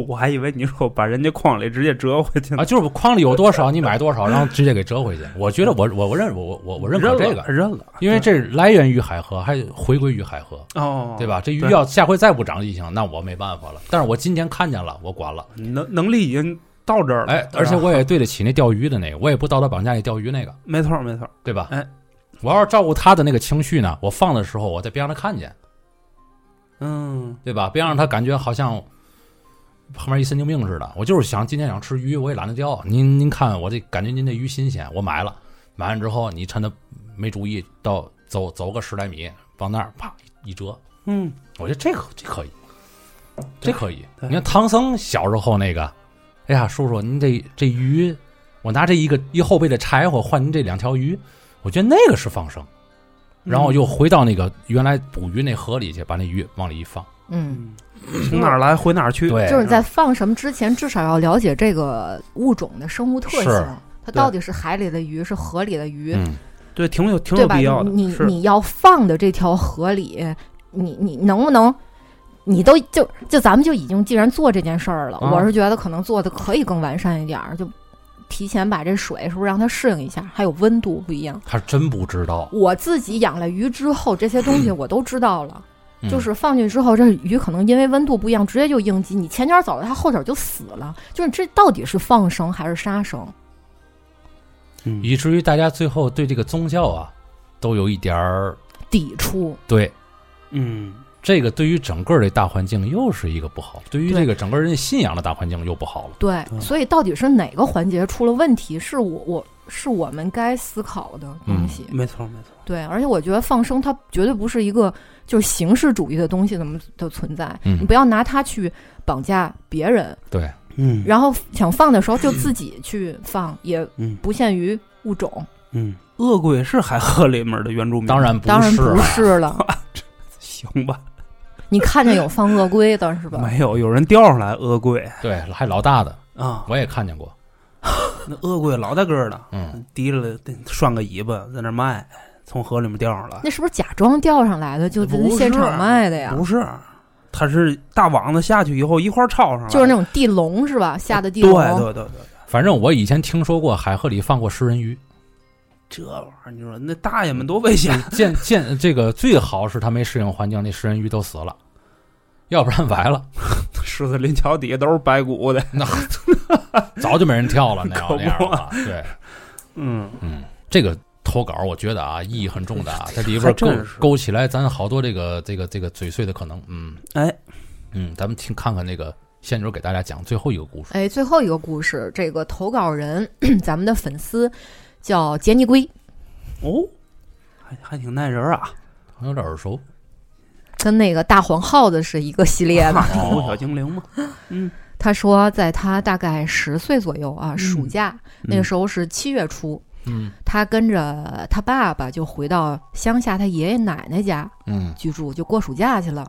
Speaker 3: 我还以为你说把人家筐里直接折回去呢
Speaker 1: 啊，，就是筐里有多少你买多少，然后直接给折回去。我觉得我我我认我我我认可
Speaker 3: 认
Speaker 1: 这
Speaker 3: 了
Speaker 1: 个，
Speaker 3: 认了，
Speaker 1: 因为这来源于海河，还回归于海河，
Speaker 3: 哦，
Speaker 1: 对吧？这鱼
Speaker 3: 对
Speaker 1: 要下回再不长异性，那我没办法了。但是我今天看见了，我管了。
Speaker 3: 能能力已经到这儿了，
Speaker 1: 哎，而且
Speaker 3: 是吧啊
Speaker 1: 我也对得起那钓鱼的那个，我也不道德绑架那钓鱼那个，
Speaker 3: 没错没错，
Speaker 1: 对吧？
Speaker 3: 哎，
Speaker 1: 我要是照顾他的那个情绪呢，我放的时候，我再别让他看见，
Speaker 3: 嗯
Speaker 1: 对吧？别让他感觉好像旁边一神经病似的。我就是想今天想吃鱼，我也懒得钓。啊您您看我这感觉您这鱼新鲜，我买了，买完之后你趁他没注意，到走走个十来米，往那儿啪一折。
Speaker 3: 嗯，
Speaker 1: 我觉得这个这可以，这
Speaker 3: 对
Speaker 1: 可以。
Speaker 3: 对
Speaker 1: 你看唐僧小时候那个，哎呀，叔叔，您这这鱼，我拿这一个一后背的柴火换您这两条鱼，我觉得那个是放生。
Speaker 2: 嗯
Speaker 1: 然后又回到那个原来捕鱼那河里去，把那鱼往里一放。
Speaker 2: 嗯，
Speaker 3: 嗯，从哪儿来回哪儿去。
Speaker 1: 对，
Speaker 2: 就是你在放什么之前，至少要了解这个物种的生物特
Speaker 1: 是
Speaker 2: 性，它到底是海里的鱼，是河里的鱼，
Speaker 1: 嗯，
Speaker 3: 对，挺有挺
Speaker 2: 对
Speaker 3: 有
Speaker 2: 吧
Speaker 3: 必要？的。
Speaker 2: 你
Speaker 3: 是
Speaker 2: 你要放的这条河里，你你能不能？你都就就咱们就已经既然做这件事儿了，
Speaker 3: 啊
Speaker 2: 我是觉得可能做的可以更完善一点儿，就提前把这水是不是让它适应一下，还有温度不一样。
Speaker 1: 他真不知道，
Speaker 2: 我自己养了鱼之后，这些东 西我都知道了，
Speaker 1: 嗯
Speaker 2: 就是放进去之后，这鱼可能因为温度不一样，直接就应激。你前脚走了，它后脚就死了。就是这到底是放生还是杀生？
Speaker 3: 嗯
Speaker 1: 以至于大家最后对这个宗教啊，都有一点儿
Speaker 2: 抵触，
Speaker 1: 对
Speaker 3: 嗯，
Speaker 1: 这个对于整个这大环境又是一个不好，对于这个整个人家信仰的大环境又不好了。
Speaker 2: 对，
Speaker 3: 对
Speaker 2: 所以到底是哪个环节出了问题？是我我是我们该思考的东西。
Speaker 3: 没错没错。
Speaker 2: 对，而且我觉得放生它绝对不是一个就是形式主义的东西怎么的存在，
Speaker 1: 嗯
Speaker 2: 你不要拿它去绑架别人，
Speaker 1: 对，
Speaker 3: 嗯，
Speaker 2: 然后想放的时候就自己去放，也
Speaker 3: 嗯
Speaker 2: 不限于物种。
Speaker 3: 嗯，恶鬼是海河里面的原住民，
Speaker 1: 当然不
Speaker 2: 当然
Speaker 1: 是啊
Speaker 2: 不
Speaker 3: 啊
Speaker 1: 了，
Speaker 2: 是 了，
Speaker 3: 行吧？
Speaker 2: 你看见有放鳄龟的是 吧？
Speaker 3: 没有，有人钓上来恶鬼
Speaker 1: 对，还老大的
Speaker 3: 啊，
Speaker 1: 我也看见过，
Speaker 3: 那恶鬼老大个儿的，
Speaker 1: 嗯，
Speaker 3: 提着拴个尾巴在那儿卖，从河里面钓上来。
Speaker 2: 那是不是假装钓上来的，就在那
Speaker 3: 不是啊
Speaker 2: 现场卖的呀？
Speaker 3: 不是，它是大网子下去以后一块儿抄上来，
Speaker 2: 就是那种地笼是吧？下的地
Speaker 3: 啊对
Speaker 2: 笼，
Speaker 3: 对对对，对
Speaker 1: 反正我以前听说过海河里放过食人鱼，
Speaker 3: 这玩意儿你说那大爷们多危险！
Speaker 1: 见 见这个最好是他没适应环境，那食人鱼都死了，要不然完了，
Speaker 3: 狮子林桥底下都是白骨的，
Speaker 1: 那 早就没人跳了那样
Speaker 3: 可不啊
Speaker 1: 那样了。对，
Speaker 3: 嗯，
Speaker 1: 嗯，这个投稿我觉得啊意义很重 大，这里边勾
Speaker 3: 还真是
Speaker 1: 勾起来咱好多这个这个这个嘴碎的可能，嗯
Speaker 3: 哎，
Speaker 1: 嗯，咱们听看看那个仙女给大家讲最后一个故事，
Speaker 2: 哎，最后一个故事，这个投稿人 咱们的粉丝叫杰尼龟，
Speaker 3: 哦，还还挺耐人啊，
Speaker 1: 有点耳熟，
Speaker 2: 跟那个大黄耗子是一个系列 的。
Speaker 3: 宠物小精灵嘛，嗯，
Speaker 2: 他说，在他大概十岁左右啊，暑假那个
Speaker 3: 嗯
Speaker 2: 时候是七月初，
Speaker 1: 嗯
Speaker 2: 他跟着他爸爸就回到乡下他爷爷奶奶家，
Speaker 1: 嗯
Speaker 2: 居住，就过暑假去了。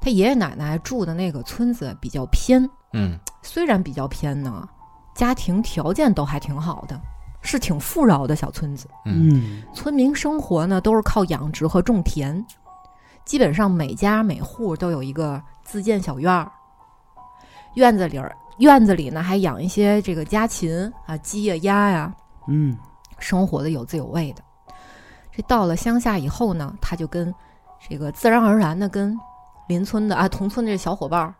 Speaker 2: 他爷爷奶奶住的那个村子比较偏，
Speaker 1: 嗯
Speaker 2: 虽然比较偏呢，家庭条件都还挺好的，是挺富饶的小村子。
Speaker 1: 嗯
Speaker 3: 嗯
Speaker 2: 村民生活呢都是靠养殖和种田，基本上每家每户都有一个自建小院儿，院子里儿院子里呢还养一些这个家禽啊，鸡呀、鸭呀、
Speaker 3: 嗯，
Speaker 2: 生活的有滋有味的。这到了乡下以后呢，他就跟这个自然而然的跟邻村的啊同村的这小伙伴儿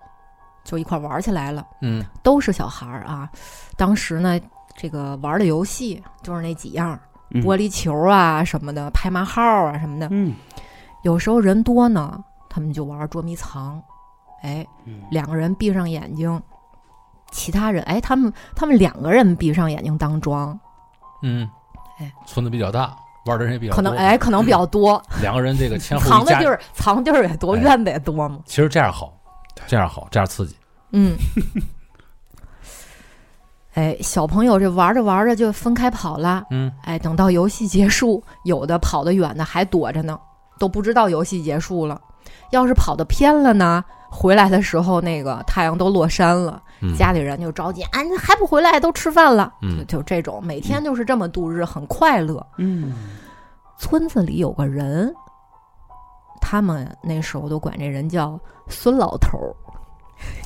Speaker 2: 就一块儿玩儿起来了，
Speaker 1: 嗯
Speaker 2: 都是小孩儿啊。当时呢，这个玩儿的游戏就是那几样儿，
Speaker 3: 嗯
Speaker 2: 玻璃球啊什么的，拍麻号啊什么的。
Speaker 3: 嗯
Speaker 2: 有时候人多呢，他们就玩儿捉迷藏，哎，
Speaker 3: 嗯
Speaker 2: 两个人闭上眼睛，其他人哎，他们他们两个人闭上眼睛当庄，
Speaker 1: 嗯，
Speaker 2: 哎，
Speaker 1: 村子比较大，玩的人也比较
Speaker 2: 可能
Speaker 1: 多
Speaker 2: 哎 可能比较多，
Speaker 1: 两个人这个前后
Speaker 2: 藏
Speaker 1: 一
Speaker 2: 的
Speaker 1: 家
Speaker 2: 地，儿藏地儿也多，
Speaker 1: 哎
Speaker 2: 院子也多嘛。
Speaker 1: 其实这样好，这样好，这样刺激，
Speaker 2: 嗯，哎，小朋友这玩着玩着就分开跑了。
Speaker 1: 嗯
Speaker 2: 哎，等到游戏结束，有的跑得远的还躲着呢，都不知道游戏结束了。要是跑得偏了呢，回来的时候那个太阳都落山了，
Speaker 1: 嗯
Speaker 2: 家里人就着急，哎，你还不回来，都吃饭了，就
Speaker 1: 嗯
Speaker 2: 就这种，每天就是这么度日，很快乐。
Speaker 3: 嗯，
Speaker 2: 村子里有个人，他们那时候都管这人叫孙老头儿。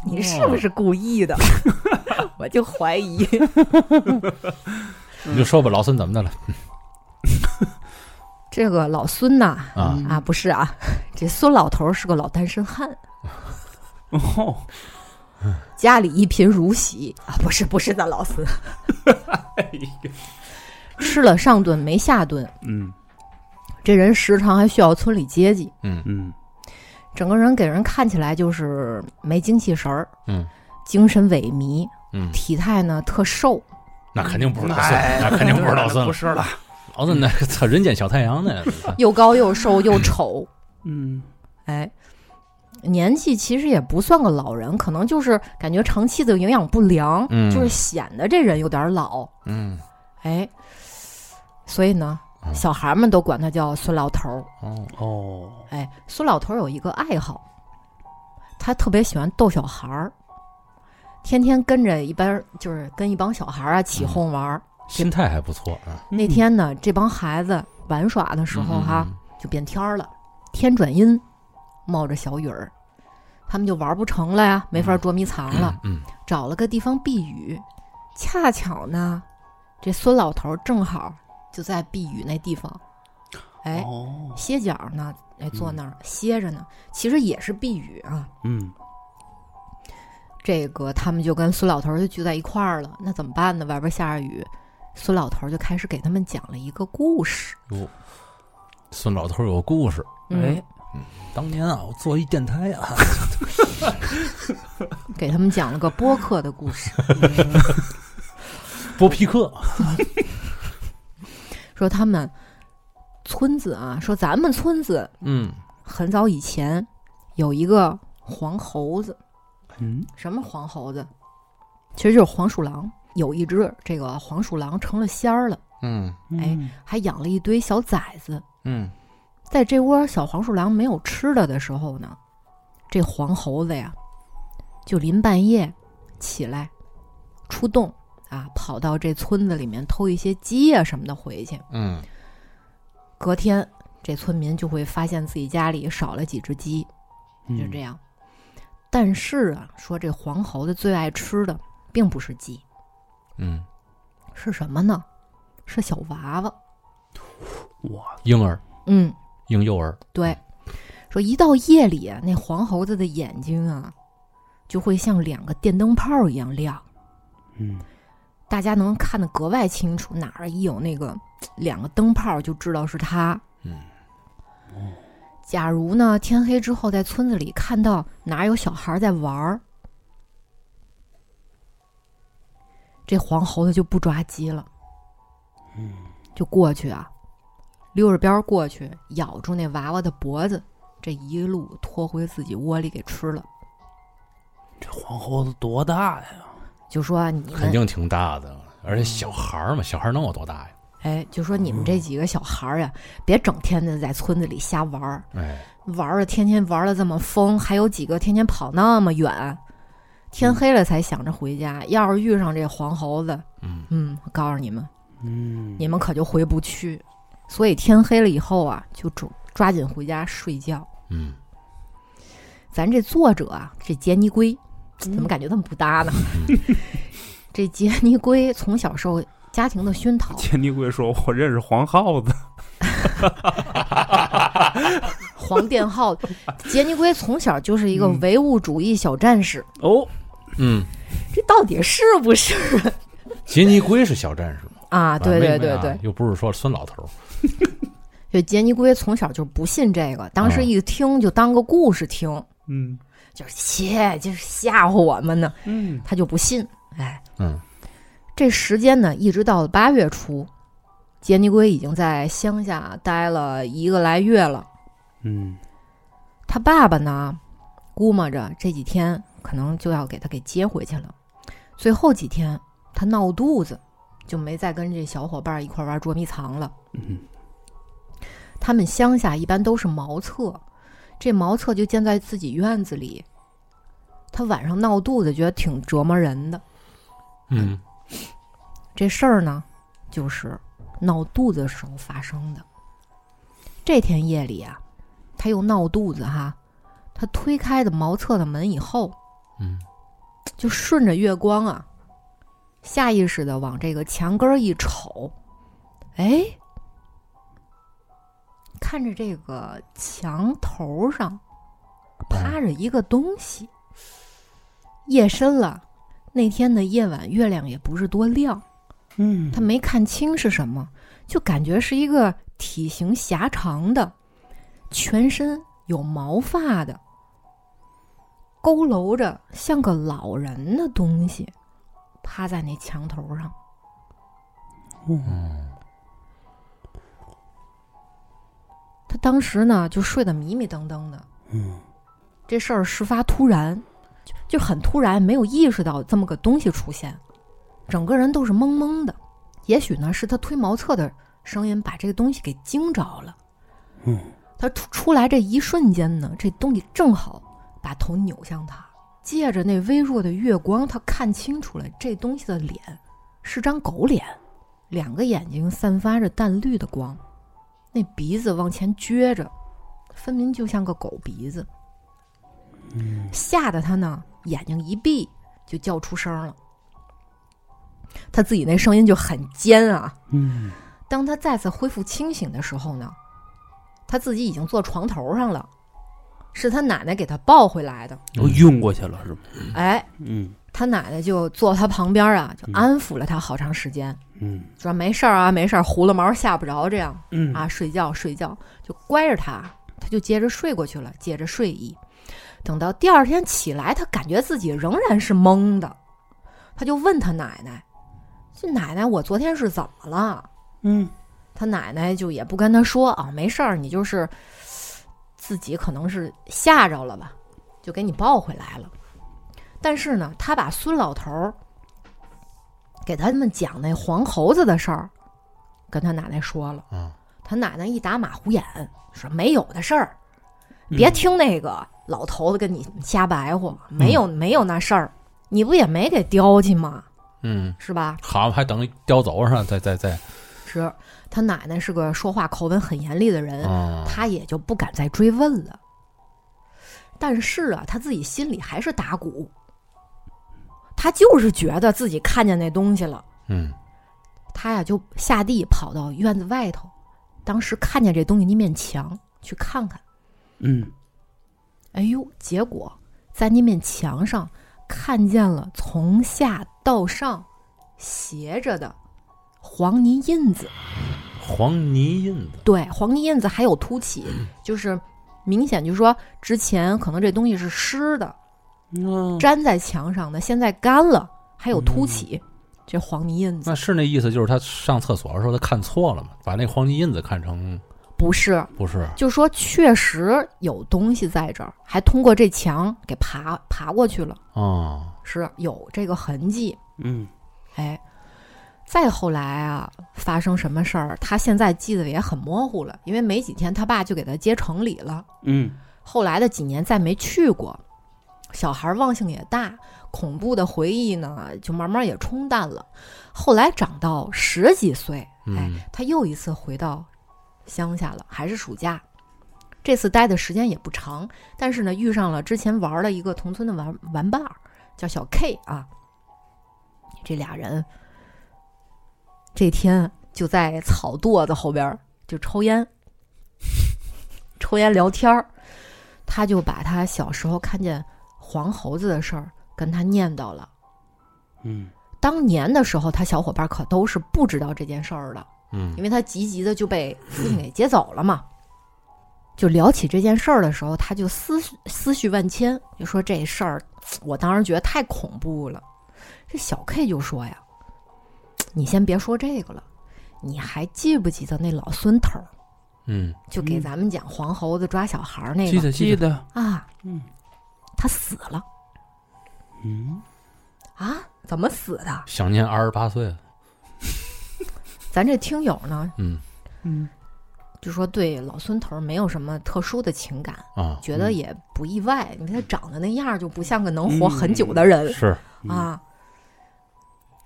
Speaker 2: 你是不是故意的？ 我就怀疑。
Speaker 1: 你就说吧，老孙怎么的了
Speaker 2: 这个老孙呐，
Speaker 1: 啊？
Speaker 2: 啊，不是啊，这孙老头儿是个老单身汉，
Speaker 3: 哦，
Speaker 2: 家里一贫如洗啊，不是不是咱老孙，
Speaker 3: 哎呀
Speaker 2: 吃了上顿没下顿，
Speaker 3: 嗯
Speaker 2: 这人时常还需要村里接济，
Speaker 1: 嗯
Speaker 3: 嗯
Speaker 2: 整个人给人看起来就是没精气神儿，
Speaker 1: 嗯
Speaker 2: 精神萎靡，
Speaker 1: 嗯，
Speaker 2: 体态呢特瘦，
Speaker 1: 那肯定不是老孙，
Speaker 3: 哎
Speaker 1: 那肯定不是老孙
Speaker 3: 不
Speaker 1: 了，
Speaker 3: 是了，
Speaker 1: 老孙那操人间小太阳呢？你看
Speaker 2: 又高又瘦又丑，
Speaker 3: 嗯
Speaker 2: 哎，年纪其实也不算个老人，可能就是感觉长期的营养不良，
Speaker 1: 嗯
Speaker 2: 就是显得这人有点老。
Speaker 1: 嗯，
Speaker 2: 哎，所以呢，
Speaker 1: 嗯
Speaker 2: 小孩们都管他叫孙老头儿。
Speaker 1: 哦，
Speaker 3: 哦，
Speaker 2: 哎，孙老头儿有一个爱好，他特别喜欢逗小孩儿，天天跟着一般就是跟一帮小孩儿啊
Speaker 1: 嗯
Speaker 2: 起哄玩儿。
Speaker 1: 心态还不错啊。
Speaker 2: 那天呢，这帮孩子玩耍的时候哈、
Speaker 1: 嗯，
Speaker 2: 就变天儿了，天转阴，冒着小雨儿，他们就玩不成了呀，没法捉迷藏
Speaker 1: 嗯
Speaker 2: 了，，
Speaker 1: 嗯，
Speaker 2: 找了个地方避雨。恰巧呢，这孙老头儿正好就在避雨那地方，哎，
Speaker 3: 哦，
Speaker 2: 歇脚呢，哎，坐那儿歇着呢，其实也是避雨啊。
Speaker 3: 嗯，
Speaker 2: 这个他们就跟孙老头儿就聚在一块儿了，那怎么办呢？外边下着雨，孙老头儿就开始给他们讲了一个故事。
Speaker 1: 嗯哟，孙老头有故事。
Speaker 2: 嗯
Speaker 3: 哎，，
Speaker 1: 当年啊，我做一电台啊，
Speaker 2: 给他们讲了个播客的故 事，嗯
Speaker 1: 剥皮克，
Speaker 2: 说他们村子啊，说咱们村子
Speaker 1: 嗯，
Speaker 2: 很早以前有一个黄猴子，
Speaker 3: 嗯，
Speaker 2: 什么黄猴子？其实就是黄鼠狼。有一只这个黄鼠狼成了仙儿了，
Speaker 1: 嗯，
Speaker 2: 哎
Speaker 3: 嗯，
Speaker 2: 还养了一堆小崽子。
Speaker 1: 嗯，
Speaker 2: 在这窝小黄鼠狼没有吃的的时候呢，这黄猴子呀，就临半夜起来出洞啊，跑到这村子里面偷一些鸡呀、什么的回去。
Speaker 1: 嗯，
Speaker 2: 隔天，这村民就会发现自己家里少了几只鸡，就这
Speaker 3: 样，
Speaker 2: 样。但是啊，说这黄猴子最爱吃的并不是鸡，
Speaker 1: 嗯，
Speaker 2: 是什么呢？是小娃娃。
Speaker 3: 我
Speaker 1: 婴儿，
Speaker 2: 嗯，
Speaker 1: 婴幼儿，
Speaker 2: 对，说一到夜里啊，那黄猴子的眼睛啊，就会像两个电灯泡一样亮，
Speaker 3: 嗯，
Speaker 2: 大家能看得格外清楚，哪儿一有那个两个灯泡就知道是他。
Speaker 1: 嗯，
Speaker 2: 假如呢天黑之后在村子里看到哪有小孩在玩儿，这黄猴子就不抓鸡了，嗯，就过去啊，溜着边儿过去，咬住那娃娃的脖子，这一路拖回自己窝里给吃了。
Speaker 3: 这黄猴子多大呀？
Speaker 2: 就说啊你
Speaker 1: 肯
Speaker 2: 们，
Speaker 1: 定挺大的，而且小孩儿嘛，小孩儿能有多大呀？
Speaker 2: 哎，就说你们这几个小孩儿呀，别整天的在村子里瞎玩儿，
Speaker 1: 哎，
Speaker 2: 玩儿的天天玩儿的这么疯，还有几个天天跑那么远，天黑了才想着回家。要是遇上这黄猴子，
Speaker 1: 嗯，
Speaker 2: 嗯，我告诉你们，
Speaker 3: 嗯，
Speaker 2: 你们可就回不去。所以天黑了以后啊，就抓抓紧回家睡觉。
Speaker 1: 嗯，
Speaker 2: 咱这作者啊，这杰尼龟，怎么感觉这么不搭呢？这杰尼龟从小受家庭的熏陶，
Speaker 3: 天地贵说：“我认识黄耗子。
Speaker 2: 黄 殿浩，杰尼龟从小就是一个唯物主义小战士，”
Speaker 3: 哦，
Speaker 1: 嗯，
Speaker 2: 这到底是不是
Speaker 1: 杰尼龟是小战士嘛？
Speaker 2: 啊？对
Speaker 1: 啊
Speaker 2: 对
Speaker 1: 妹妹
Speaker 2: 对
Speaker 1: 啊
Speaker 2: 对，
Speaker 1: 又不是说孙老头儿，
Speaker 2: 就杰尼龟从小就不信这
Speaker 1: 啊
Speaker 2: 个，当时一听就当个故事听，
Speaker 3: 嗯
Speaker 2: 就是切，就是吓唬我们呢，
Speaker 3: 嗯，
Speaker 2: 他就不信。哎，
Speaker 1: 嗯，
Speaker 2: 这时间呢，一直到了八月初，杰尼龟已经在乡下待了一个来月了。
Speaker 3: 嗯，
Speaker 2: 他爸爸呢，估摸着这几天可能就要给他给接回去了。最后几天他闹肚子，就没再跟这小伙伴一块玩捉迷藏了。
Speaker 3: 嗯，
Speaker 2: 他们乡下一般都是茅厕，这茅厕就建在自己院子里。他晚上闹肚子，觉得挺折磨人的。
Speaker 1: 嗯，
Speaker 2: 这事儿呢，就是闹肚子的时候发生的。这天夜里啊，他又闹肚子哈，他推开的茅厕的门以后，
Speaker 1: 嗯，
Speaker 2: 就顺着月光啊，下意识的往这个墙根儿一瞅，哎，看着这个墙头上趴着一个东西。夜深了，那天的夜晚月亮也不是多亮，
Speaker 3: 嗯，
Speaker 2: 他没看清是什么，就感觉是一个体型狭长的、全身有毛发的、佝偻着像个老人的东西，趴在那墙头上。
Speaker 3: 哦
Speaker 1: 嗯，
Speaker 2: 他当时呢就睡得迷迷瞪瞪的，
Speaker 3: 嗯，
Speaker 2: 这事儿事发突然，就就很突然，没有意识到这么个东西出现，整个人都是懵懵的。也许呢，是他推茅厕的声音把这个东西给惊着了。
Speaker 3: 嗯，
Speaker 2: 他出出来这一瞬间呢，这东西正好把头扭向他，借着那微弱的月光，他看清楚了这东西的脸是张狗脸，两个眼睛散发着淡绿的光，那鼻子往前撅着，分明就像个狗鼻子。吓得他呢眼睛一闭就叫出声了。他自己那声音就很尖啊。
Speaker 3: 嗯，
Speaker 2: 当他再次恢复清醒的时候呢，他自己已经坐床头上了，是他奶奶给他抱回来的。
Speaker 3: 我晕过去了是吗？
Speaker 2: 哎，
Speaker 3: 嗯
Speaker 2: 他奶奶就坐他旁边啊，就
Speaker 3: 嗯
Speaker 2: 安抚了他好长时间，
Speaker 3: 嗯
Speaker 2: 说没事儿啊，没事儿，糊了毛吓不着这样。
Speaker 3: 嗯
Speaker 2: 啊，睡觉睡觉，就乖着他，他就接着睡过去了，接着睡意。等到第二天起来，他感觉自己仍然是懵的，他就问他奶奶：“这奶奶，我昨天是怎么了
Speaker 3: 嗯，？”
Speaker 2: 他奶奶就也不跟他说啊，没事儿，你就是自己可能是吓着了吧，就给你抱回来了。但是呢，他把孙老头儿给他们讲那黄猴子的事儿，跟他奶奶说了。
Speaker 1: 嗯，
Speaker 2: 他奶奶一打马虎眼，说没有的事儿，别听那个老头子跟你瞎白活，没有没有那事儿，你不也没给叼去吗？
Speaker 1: 嗯，
Speaker 2: 是吧？
Speaker 1: 好，还等叼走上，再再再，
Speaker 2: 是他奶奶是个说话口吻很严厉的人，
Speaker 1: 嗯，
Speaker 2: 他也就不敢再追问了。但是啊，他自己心里还是打鼓，他就是觉得自己看见那东西了。
Speaker 1: 嗯，
Speaker 2: 他呀就下地跑到院子外头，当时看见这东西那面墙，去看看。
Speaker 3: 嗯
Speaker 2: 哎呦，结果在那面墙上看见了从下到上斜着的黄泥印子。
Speaker 1: 黄泥印子，
Speaker 2: 对，黄泥印子还有凸起，就是明显就是说之前可能这东西是湿的，
Speaker 3: 嗯
Speaker 2: 粘在墙上的，现在干了，还有凸起，这黄泥印子
Speaker 1: 那是那意思，就是他上厕所的时候他看错了嘛，把那黄泥印子看成
Speaker 2: 不是，
Speaker 1: 不是，
Speaker 2: 就说确实有东西在这儿，还通过这墙给爬爬过去了，
Speaker 1: 嗯，
Speaker 2: 是有这个痕迹。
Speaker 3: 嗯
Speaker 2: 哎，再后来啊，发生什么事儿，他现在记得也很模糊了，因为没几天他爸就给他接城里了。
Speaker 3: 嗯
Speaker 2: 后来的几年再没去过，小孩儿忘性也大，恐怖的回忆呢就慢慢也冲淡了。后来长到十几岁，哎
Speaker 1: 嗯，
Speaker 2: 他又一次回到乡下了，还是暑假。这次待的时间也不长，但是呢，遇上了之前玩了一个同村的玩玩伴儿，叫小 K 啊。这俩人这天就在草垛子后边儿就抽烟，抽烟聊天儿。他就把他小时候看见黄猴子的事儿跟他念叨了。
Speaker 3: 嗯
Speaker 2: 当年的时候，他小伙伴可都是不知道这件事儿的。
Speaker 1: 嗯
Speaker 2: 因为他急急的就被父亲给接走了嘛。就聊起这件事儿的时候，他就思绪思绪万千，就说这事儿，我当时觉得太恐怖了。这小 K 就说呀：“你先别说这个了，你还记不记得那老孙头儿？
Speaker 1: 嗯，
Speaker 2: 就给
Speaker 3: 嗯
Speaker 2: 咱们讲黄猴子抓小孩儿那
Speaker 1: 记
Speaker 2: 个
Speaker 1: 得
Speaker 3: 记
Speaker 1: 记得，
Speaker 3: 得
Speaker 2: 啊，
Speaker 3: 嗯
Speaker 2: 他死了
Speaker 3: 嗯
Speaker 2: 啊？怎么死的？
Speaker 1: 享年二十八岁了，
Speaker 2: 咱这听友呢，
Speaker 1: 嗯
Speaker 3: 嗯
Speaker 2: 就说对老孙头儿没有什么特殊的情感。”
Speaker 1: 啊，
Speaker 2: 觉得也不意外，因为他长得那样儿就不像个能活很久的人、
Speaker 1: 是
Speaker 3: 嗯
Speaker 2: 啊。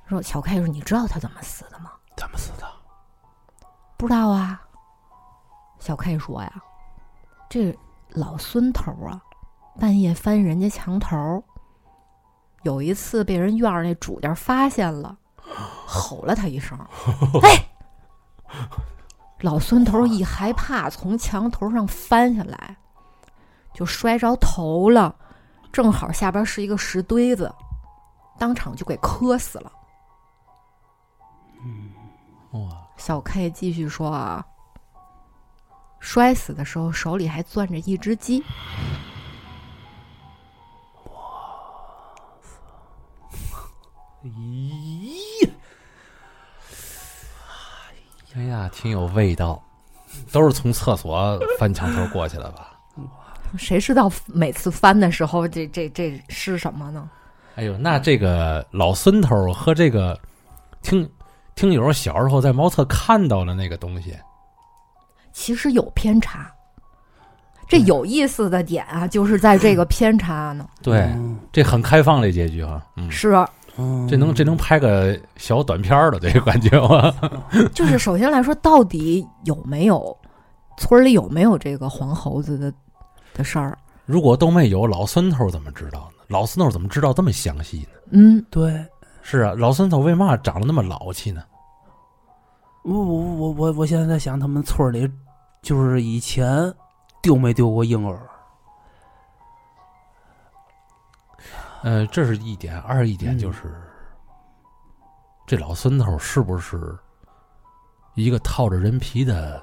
Speaker 2: 说小开说：“你知道他怎么死的吗
Speaker 1: 怎么死的？？”
Speaker 2: 不知道啊。小开说呀：“这老孙头儿啊，半夜翻人家墙头儿，有一次被人院儿那主家发现了，吼了他一声， 哎。”老孙头儿一害怕，从墙头上翻下来，就摔着头了，正好下边是一个石堆子，当场就给磕死了。
Speaker 1: 嗯哇，
Speaker 2: 小 K 继续说啊，摔死的时候手里还攥着一只鸡。
Speaker 3: 咦
Speaker 1: 哎呀，挺有味道，都是从厕所翻墙头过去的吧？
Speaker 2: 谁知道每次翻的时候，这这这是什么呢？
Speaker 1: 哎呦，那这个老孙头儿和这个听听友小时候在茅厕看到的那个东西，
Speaker 2: 其实有偏差。这有意思的点啊，就是在这个偏差呢。
Speaker 1: 对，
Speaker 3: 哦
Speaker 1: 这很开放的结局哈、嗯，
Speaker 2: 是，
Speaker 3: 嗯，
Speaker 1: 这能这能拍个小短片儿的这个感觉吗？
Speaker 2: 就是 首先来说，到底有没有村里有没有这个黄猴子的的事儿？
Speaker 1: 如果都没有，老孙头儿怎么知道呢？老孙头儿怎么知道这么详细呢？
Speaker 2: 嗯，
Speaker 3: 对，
Speaker 1: 是啊，老孙头儿为嘛长得那么老气呢？
Speaker 3: 我我我我我现在在想，他们村里就是以前丢没丢过婴儿？
Speaker 1: 呃，这是一点，二一点
Speaker 3: 嗯
Speaker 1: 就是，这老孙头儿是不是一个套着人皮的？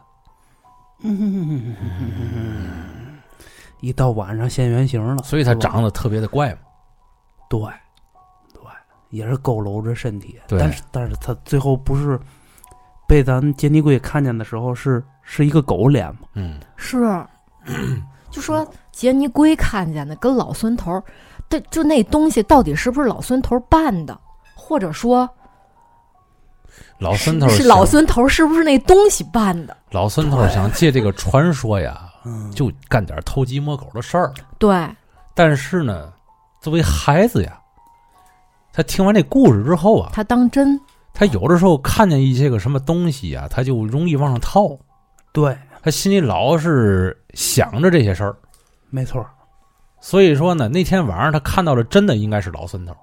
Speaker 3: 一到晚上现原形了，
Speaker 2: 哦
Speaker 1: 所以他
Speaker 3: 是吧
Speaker 1: 长得特别的怪嘛。
Speaker 3: 对，对，也是佝偻着身体，
Speaker 1: 对
Speaker 3: 但是但是他最后不是被咱杰尼龟看见的时候是是一个狗脸吗？
Speaker 1: 嗯，
Speaker 2: 是，就说杰尼龟看见的跟老孙头儿，对，就那东西到底是不是老孙头儿办的，或者说
Speaker 1: 老
Speaker 2: 是
Speaker 1: 孙头儿
Speaker 2: 是
Speaker 1: 想
Speaker 2: 老孙头儿是不是那东西办的？
Speaker 1: 老孙头儿想借这个传说呀，
Speaker 3: 嗯，
Speaker 1: 就干点偷鸡摸狗的事儿。
Speaker 2: 对，
Speaker 1: 但是呢，作为孩子呀，他听完这故事之后啊，
Speaker 2: 他当真，
Speaker 1: 他有的时候看见一些个什么东西啊，他就容易往上套，
Speaker 3: 对，
Speaker 1: 他心里老是想着这些事儿。
Speaker 3: 没错儿，
Speaker 1: 所以说呢，那天晚上他看到的真的应该是老孙头儿。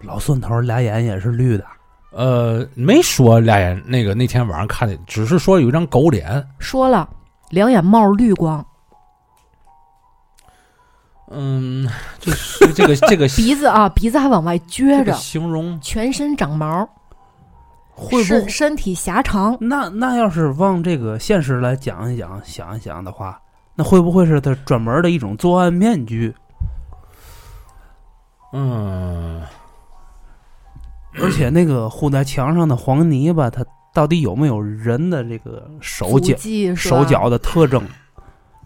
Speaker 3: 老孙头俩眼也是绿的，
Speaker 1: 呃，没说俩眼那个那天晚上看见，只是说有一张狗脸。
Speaker 2: 说了，两眼冒着绿光，
Speaker 1: 嗯，这是 这个这个
Speaker 2: 鼻子啊，鼻子还往外撅
Speaker 1: 这个
Speaker 2: 着，
Speaker 1: 形容
Speaker 2: 全身长毛，
Speaker 3: 会不
Speaker 2: 身
Speaker 3: 会？
Speaker 2: 身体狭长，
Speaker 3: 那那要是往这个现实来讲一讲、想一想的话，那会不会是他专门的一种作案面 具？
Speaker 1: 嗯，
Speaker 3: 而且那个糊在墙上的黄泥巴，它到底有没有人的这个手
Speaker 2: 足
Speaker 3: 脚、
Speaker 2: 迹是吧
Speaker 3: 手脚的特征，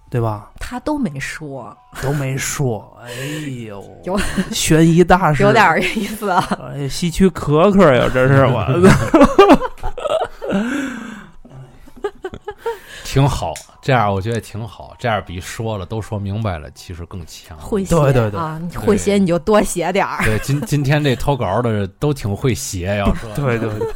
Speaker 3: 对吧？
Speaker 2: 他都没说，
Speaker 3: 都没 说。哎呦，
Speaker 2: 有
Speaker 3: 悬疑大师，
Speaker 2: 有点儿意思啊。
Speaker 3: 哎，西区可可呀，这是 我
Speaker 1: 挺好，这样我觉得挺好，这样比说了都说明白了，其实更强。
Speaker 2: 会写
Speaker 3: 对对对
Speaker 2: 啊，你会写你就多写点儿。
Speaker 1: 对，今今天这投稿的都挺会写，要 说
Speaker 3: 对对对，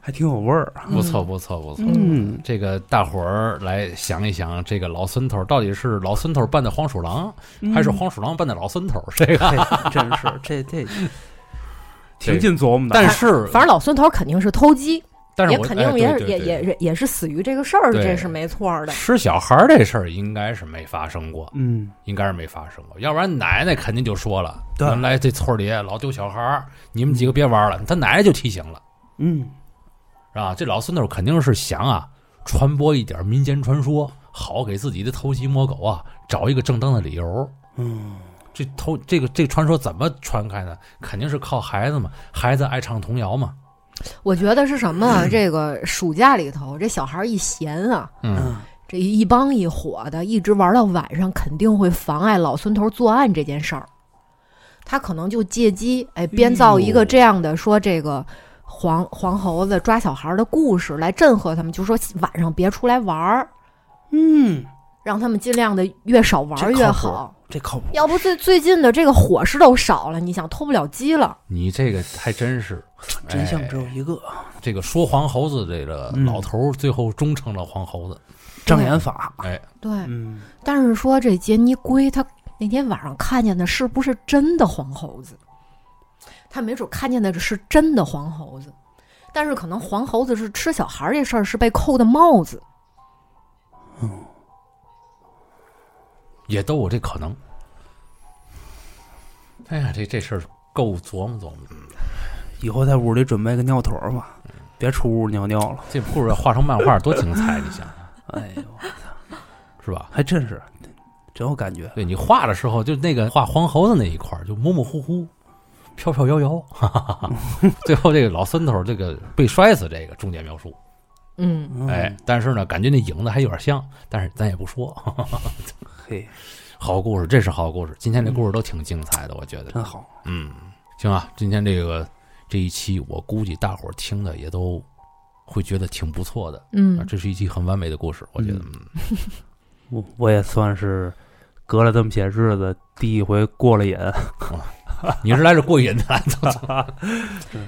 Speaker 3: 还挺有味儿。啊
Speaker 1: 不错不错不错。
Speaker 3: 嗯，
Speaker 1: 这个大伙儿来想一想，这个老孙头到底是老孙头扮的黄鼠狼，还是黄鼠狼扮的老孙头？这个，
Speaker 3: 嗯这真是这这 挺尽琢磨的。
Speaker 1: 但是
Speaker 2: 反正老孙头肯定是偷鸡，
Speaker 1: 但是
Speaker 2: 也
Speaker 1: 我
Speaker 2: 肯定
Speaker 1: 哎
Speaker 2: 也
Speaker 1: 对
Speaker 2: 是
Speaker 1: 对
Speaker 2: 也
Speaker 1: 对
Speaker 2: 也也也是死于这个事儿，
Speaker 1: 对
Speaker 2: 这是没错儿的。
Speaker 1: 吃小孩儿这事儿应该是没发生过，
Speaker 3: 嗯，
Speaker 1: 应该是没发生过，要不然奶奶肯定就说了，
Speaker 3: 对
Speaker 1: 原来这村里老丢小孩儿，你们几个别玩了，他奶奶就提醒了。
Speaker 3: 嗯
Speaker 1: 是吧？这老孙头肯定是想啊，传播一点民间传说，好给自己的偷鸡摸狗啊找一个正当的理由。
Speaker 3: 嗯，
Speaker 1: 这偷这个这个传说怎么传开呢？肯定是靠孩子嘛，孩子爱唱童谣嘛。
Speaker 2: 我觉得是什么 啊？这个暑假里头，这小孩儿一闲啊，
Speaker 1: 嗯，
Speaker 2: 这一帮一伙的，一直玩到晚上，肯定会妨碍老孙头作案这件事儿。他可能就借机，哎，编造一个这样的说这个黄黄猴子抓小孩儿的故事来震慑他们，就说晚上别出来玩儿，
Speaker 3: 嗯，
Speaker 2: 让他们尽量的越少玩儿
Speaker 3: 这
Speaker 2: 越
Speaker 3: 靠谱
Speaker 2: 好。
Speaker 3: 这靠谱。
Speaker 2: 要不最最近的这个伙食都少了，你想偷不了鸡了，
Speaker 1: 你这个还真是
Speaker 3: 真相
Speaker 1: 哎
Speaker 3: 只有一个，
Speaker 1: 这个说黄猴子这个
Speaker 3: 嗯
Speaker 1: 老头儿最后忠诚了黄猴子。
Speaker 3: 障眼法。
Speaker 1: 哎，
Speaker 2: 对。
Speaker 3: 嗯，
Speaker 2: 但是说这杰尼龟他那天晚上看见的是不是真的黄猴子？他没准看见的是真的黄猴子，但是可能黄猴子是吃小孩儿这事儿是被扣的帽子，
Speaker 1: 也都有这可能。哎呀，这这事儿够琢磨琢磨的，
Speaker 3: 以后在屋里准备个尿坨儿吧，别出屋尿尿了。
Speaker 1: 这故事画成漫画多精彩，你想想
Speaker 3: 哎呦，
Speaker 1: 是吧？
Speaker 3: 还真是，真有感觉。
Speaker 1: 对你画的时候，就那个画黄猴子那一块儿，就模模糊糊、飘飘摇摇，哈哈哈。最后这个老孙头这个被摔死，这个重点描述
Speaker 2: 嗯，
Speaker 3: 嗯
Speaker 1: 哎，，但是呢，感觉那影子还有点像，但是咱也不说。
Speaker 3: 嘿，
Speaker 1: 好故事，这是好故事。今天这故事都挺精彩的，我觉得。
Speaker 3: 真好。
Speaker 1: 嗯，行啊，今天这个这一期，我估计大伙儿听的也都会觉得挺不错的。啊，
Speaker 2: 嗯，
Speaker 1: 这是一期很完美的故事，我觉得。 嗯
Speaker 3: 我我也算是隔了这么些日子，第一回过了瘾。
Speaker 1: 啊你是来这过瘾的，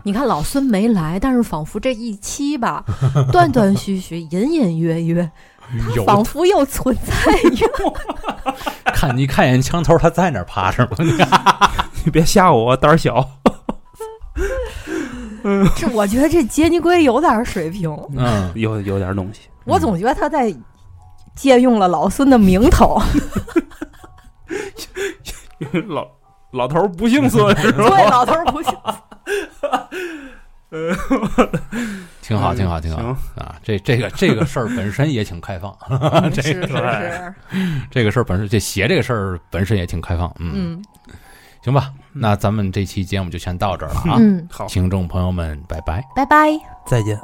Speaker 2: 你看老孙没来，但是仿佛这一期 吧，断断续续、隐隐约约，
Speaker 1: 有
Speaker 2: 仿佛又存在 一样。
Speaker 1: 看你看一眼墙头，他在那儿趴着吗？
Speaker 3: 你别吓我，胆儿小。
Speaker 2: 这我觉得这杰尼龟有点水平，
Speaker 1: 嗯，
Speaker 3: 有有点东西，
Speaker 2: 我总觉得他在借用了老孙的 名头。
Speaker 3: 老老头儿不姓孙是
Speaker 2: 所以？老头儿不行。
Speaker 1: 挺好，挺好，挺好
Speaker 3: 嗯行，
Speaker 1: 啊！这这个这个事儿本身也挺开放， 啊
Speaker 2: 是是
Speaker 3: 对
Speaker 2: 是，
Speaker 1: 这个事儿本身这鞋这个事儿本身也挺开放，嗯，
Speaker 2: 嗯
Speaker 1: 行吧，那咱们这期节目就先到这儿了啊，
Speaker 2: 嗯，
Speaker 3: 好，
Speaker 1: 听众朋友们，拜拜。
Speaker 2: 拜拜。
Speaker 3: 再见。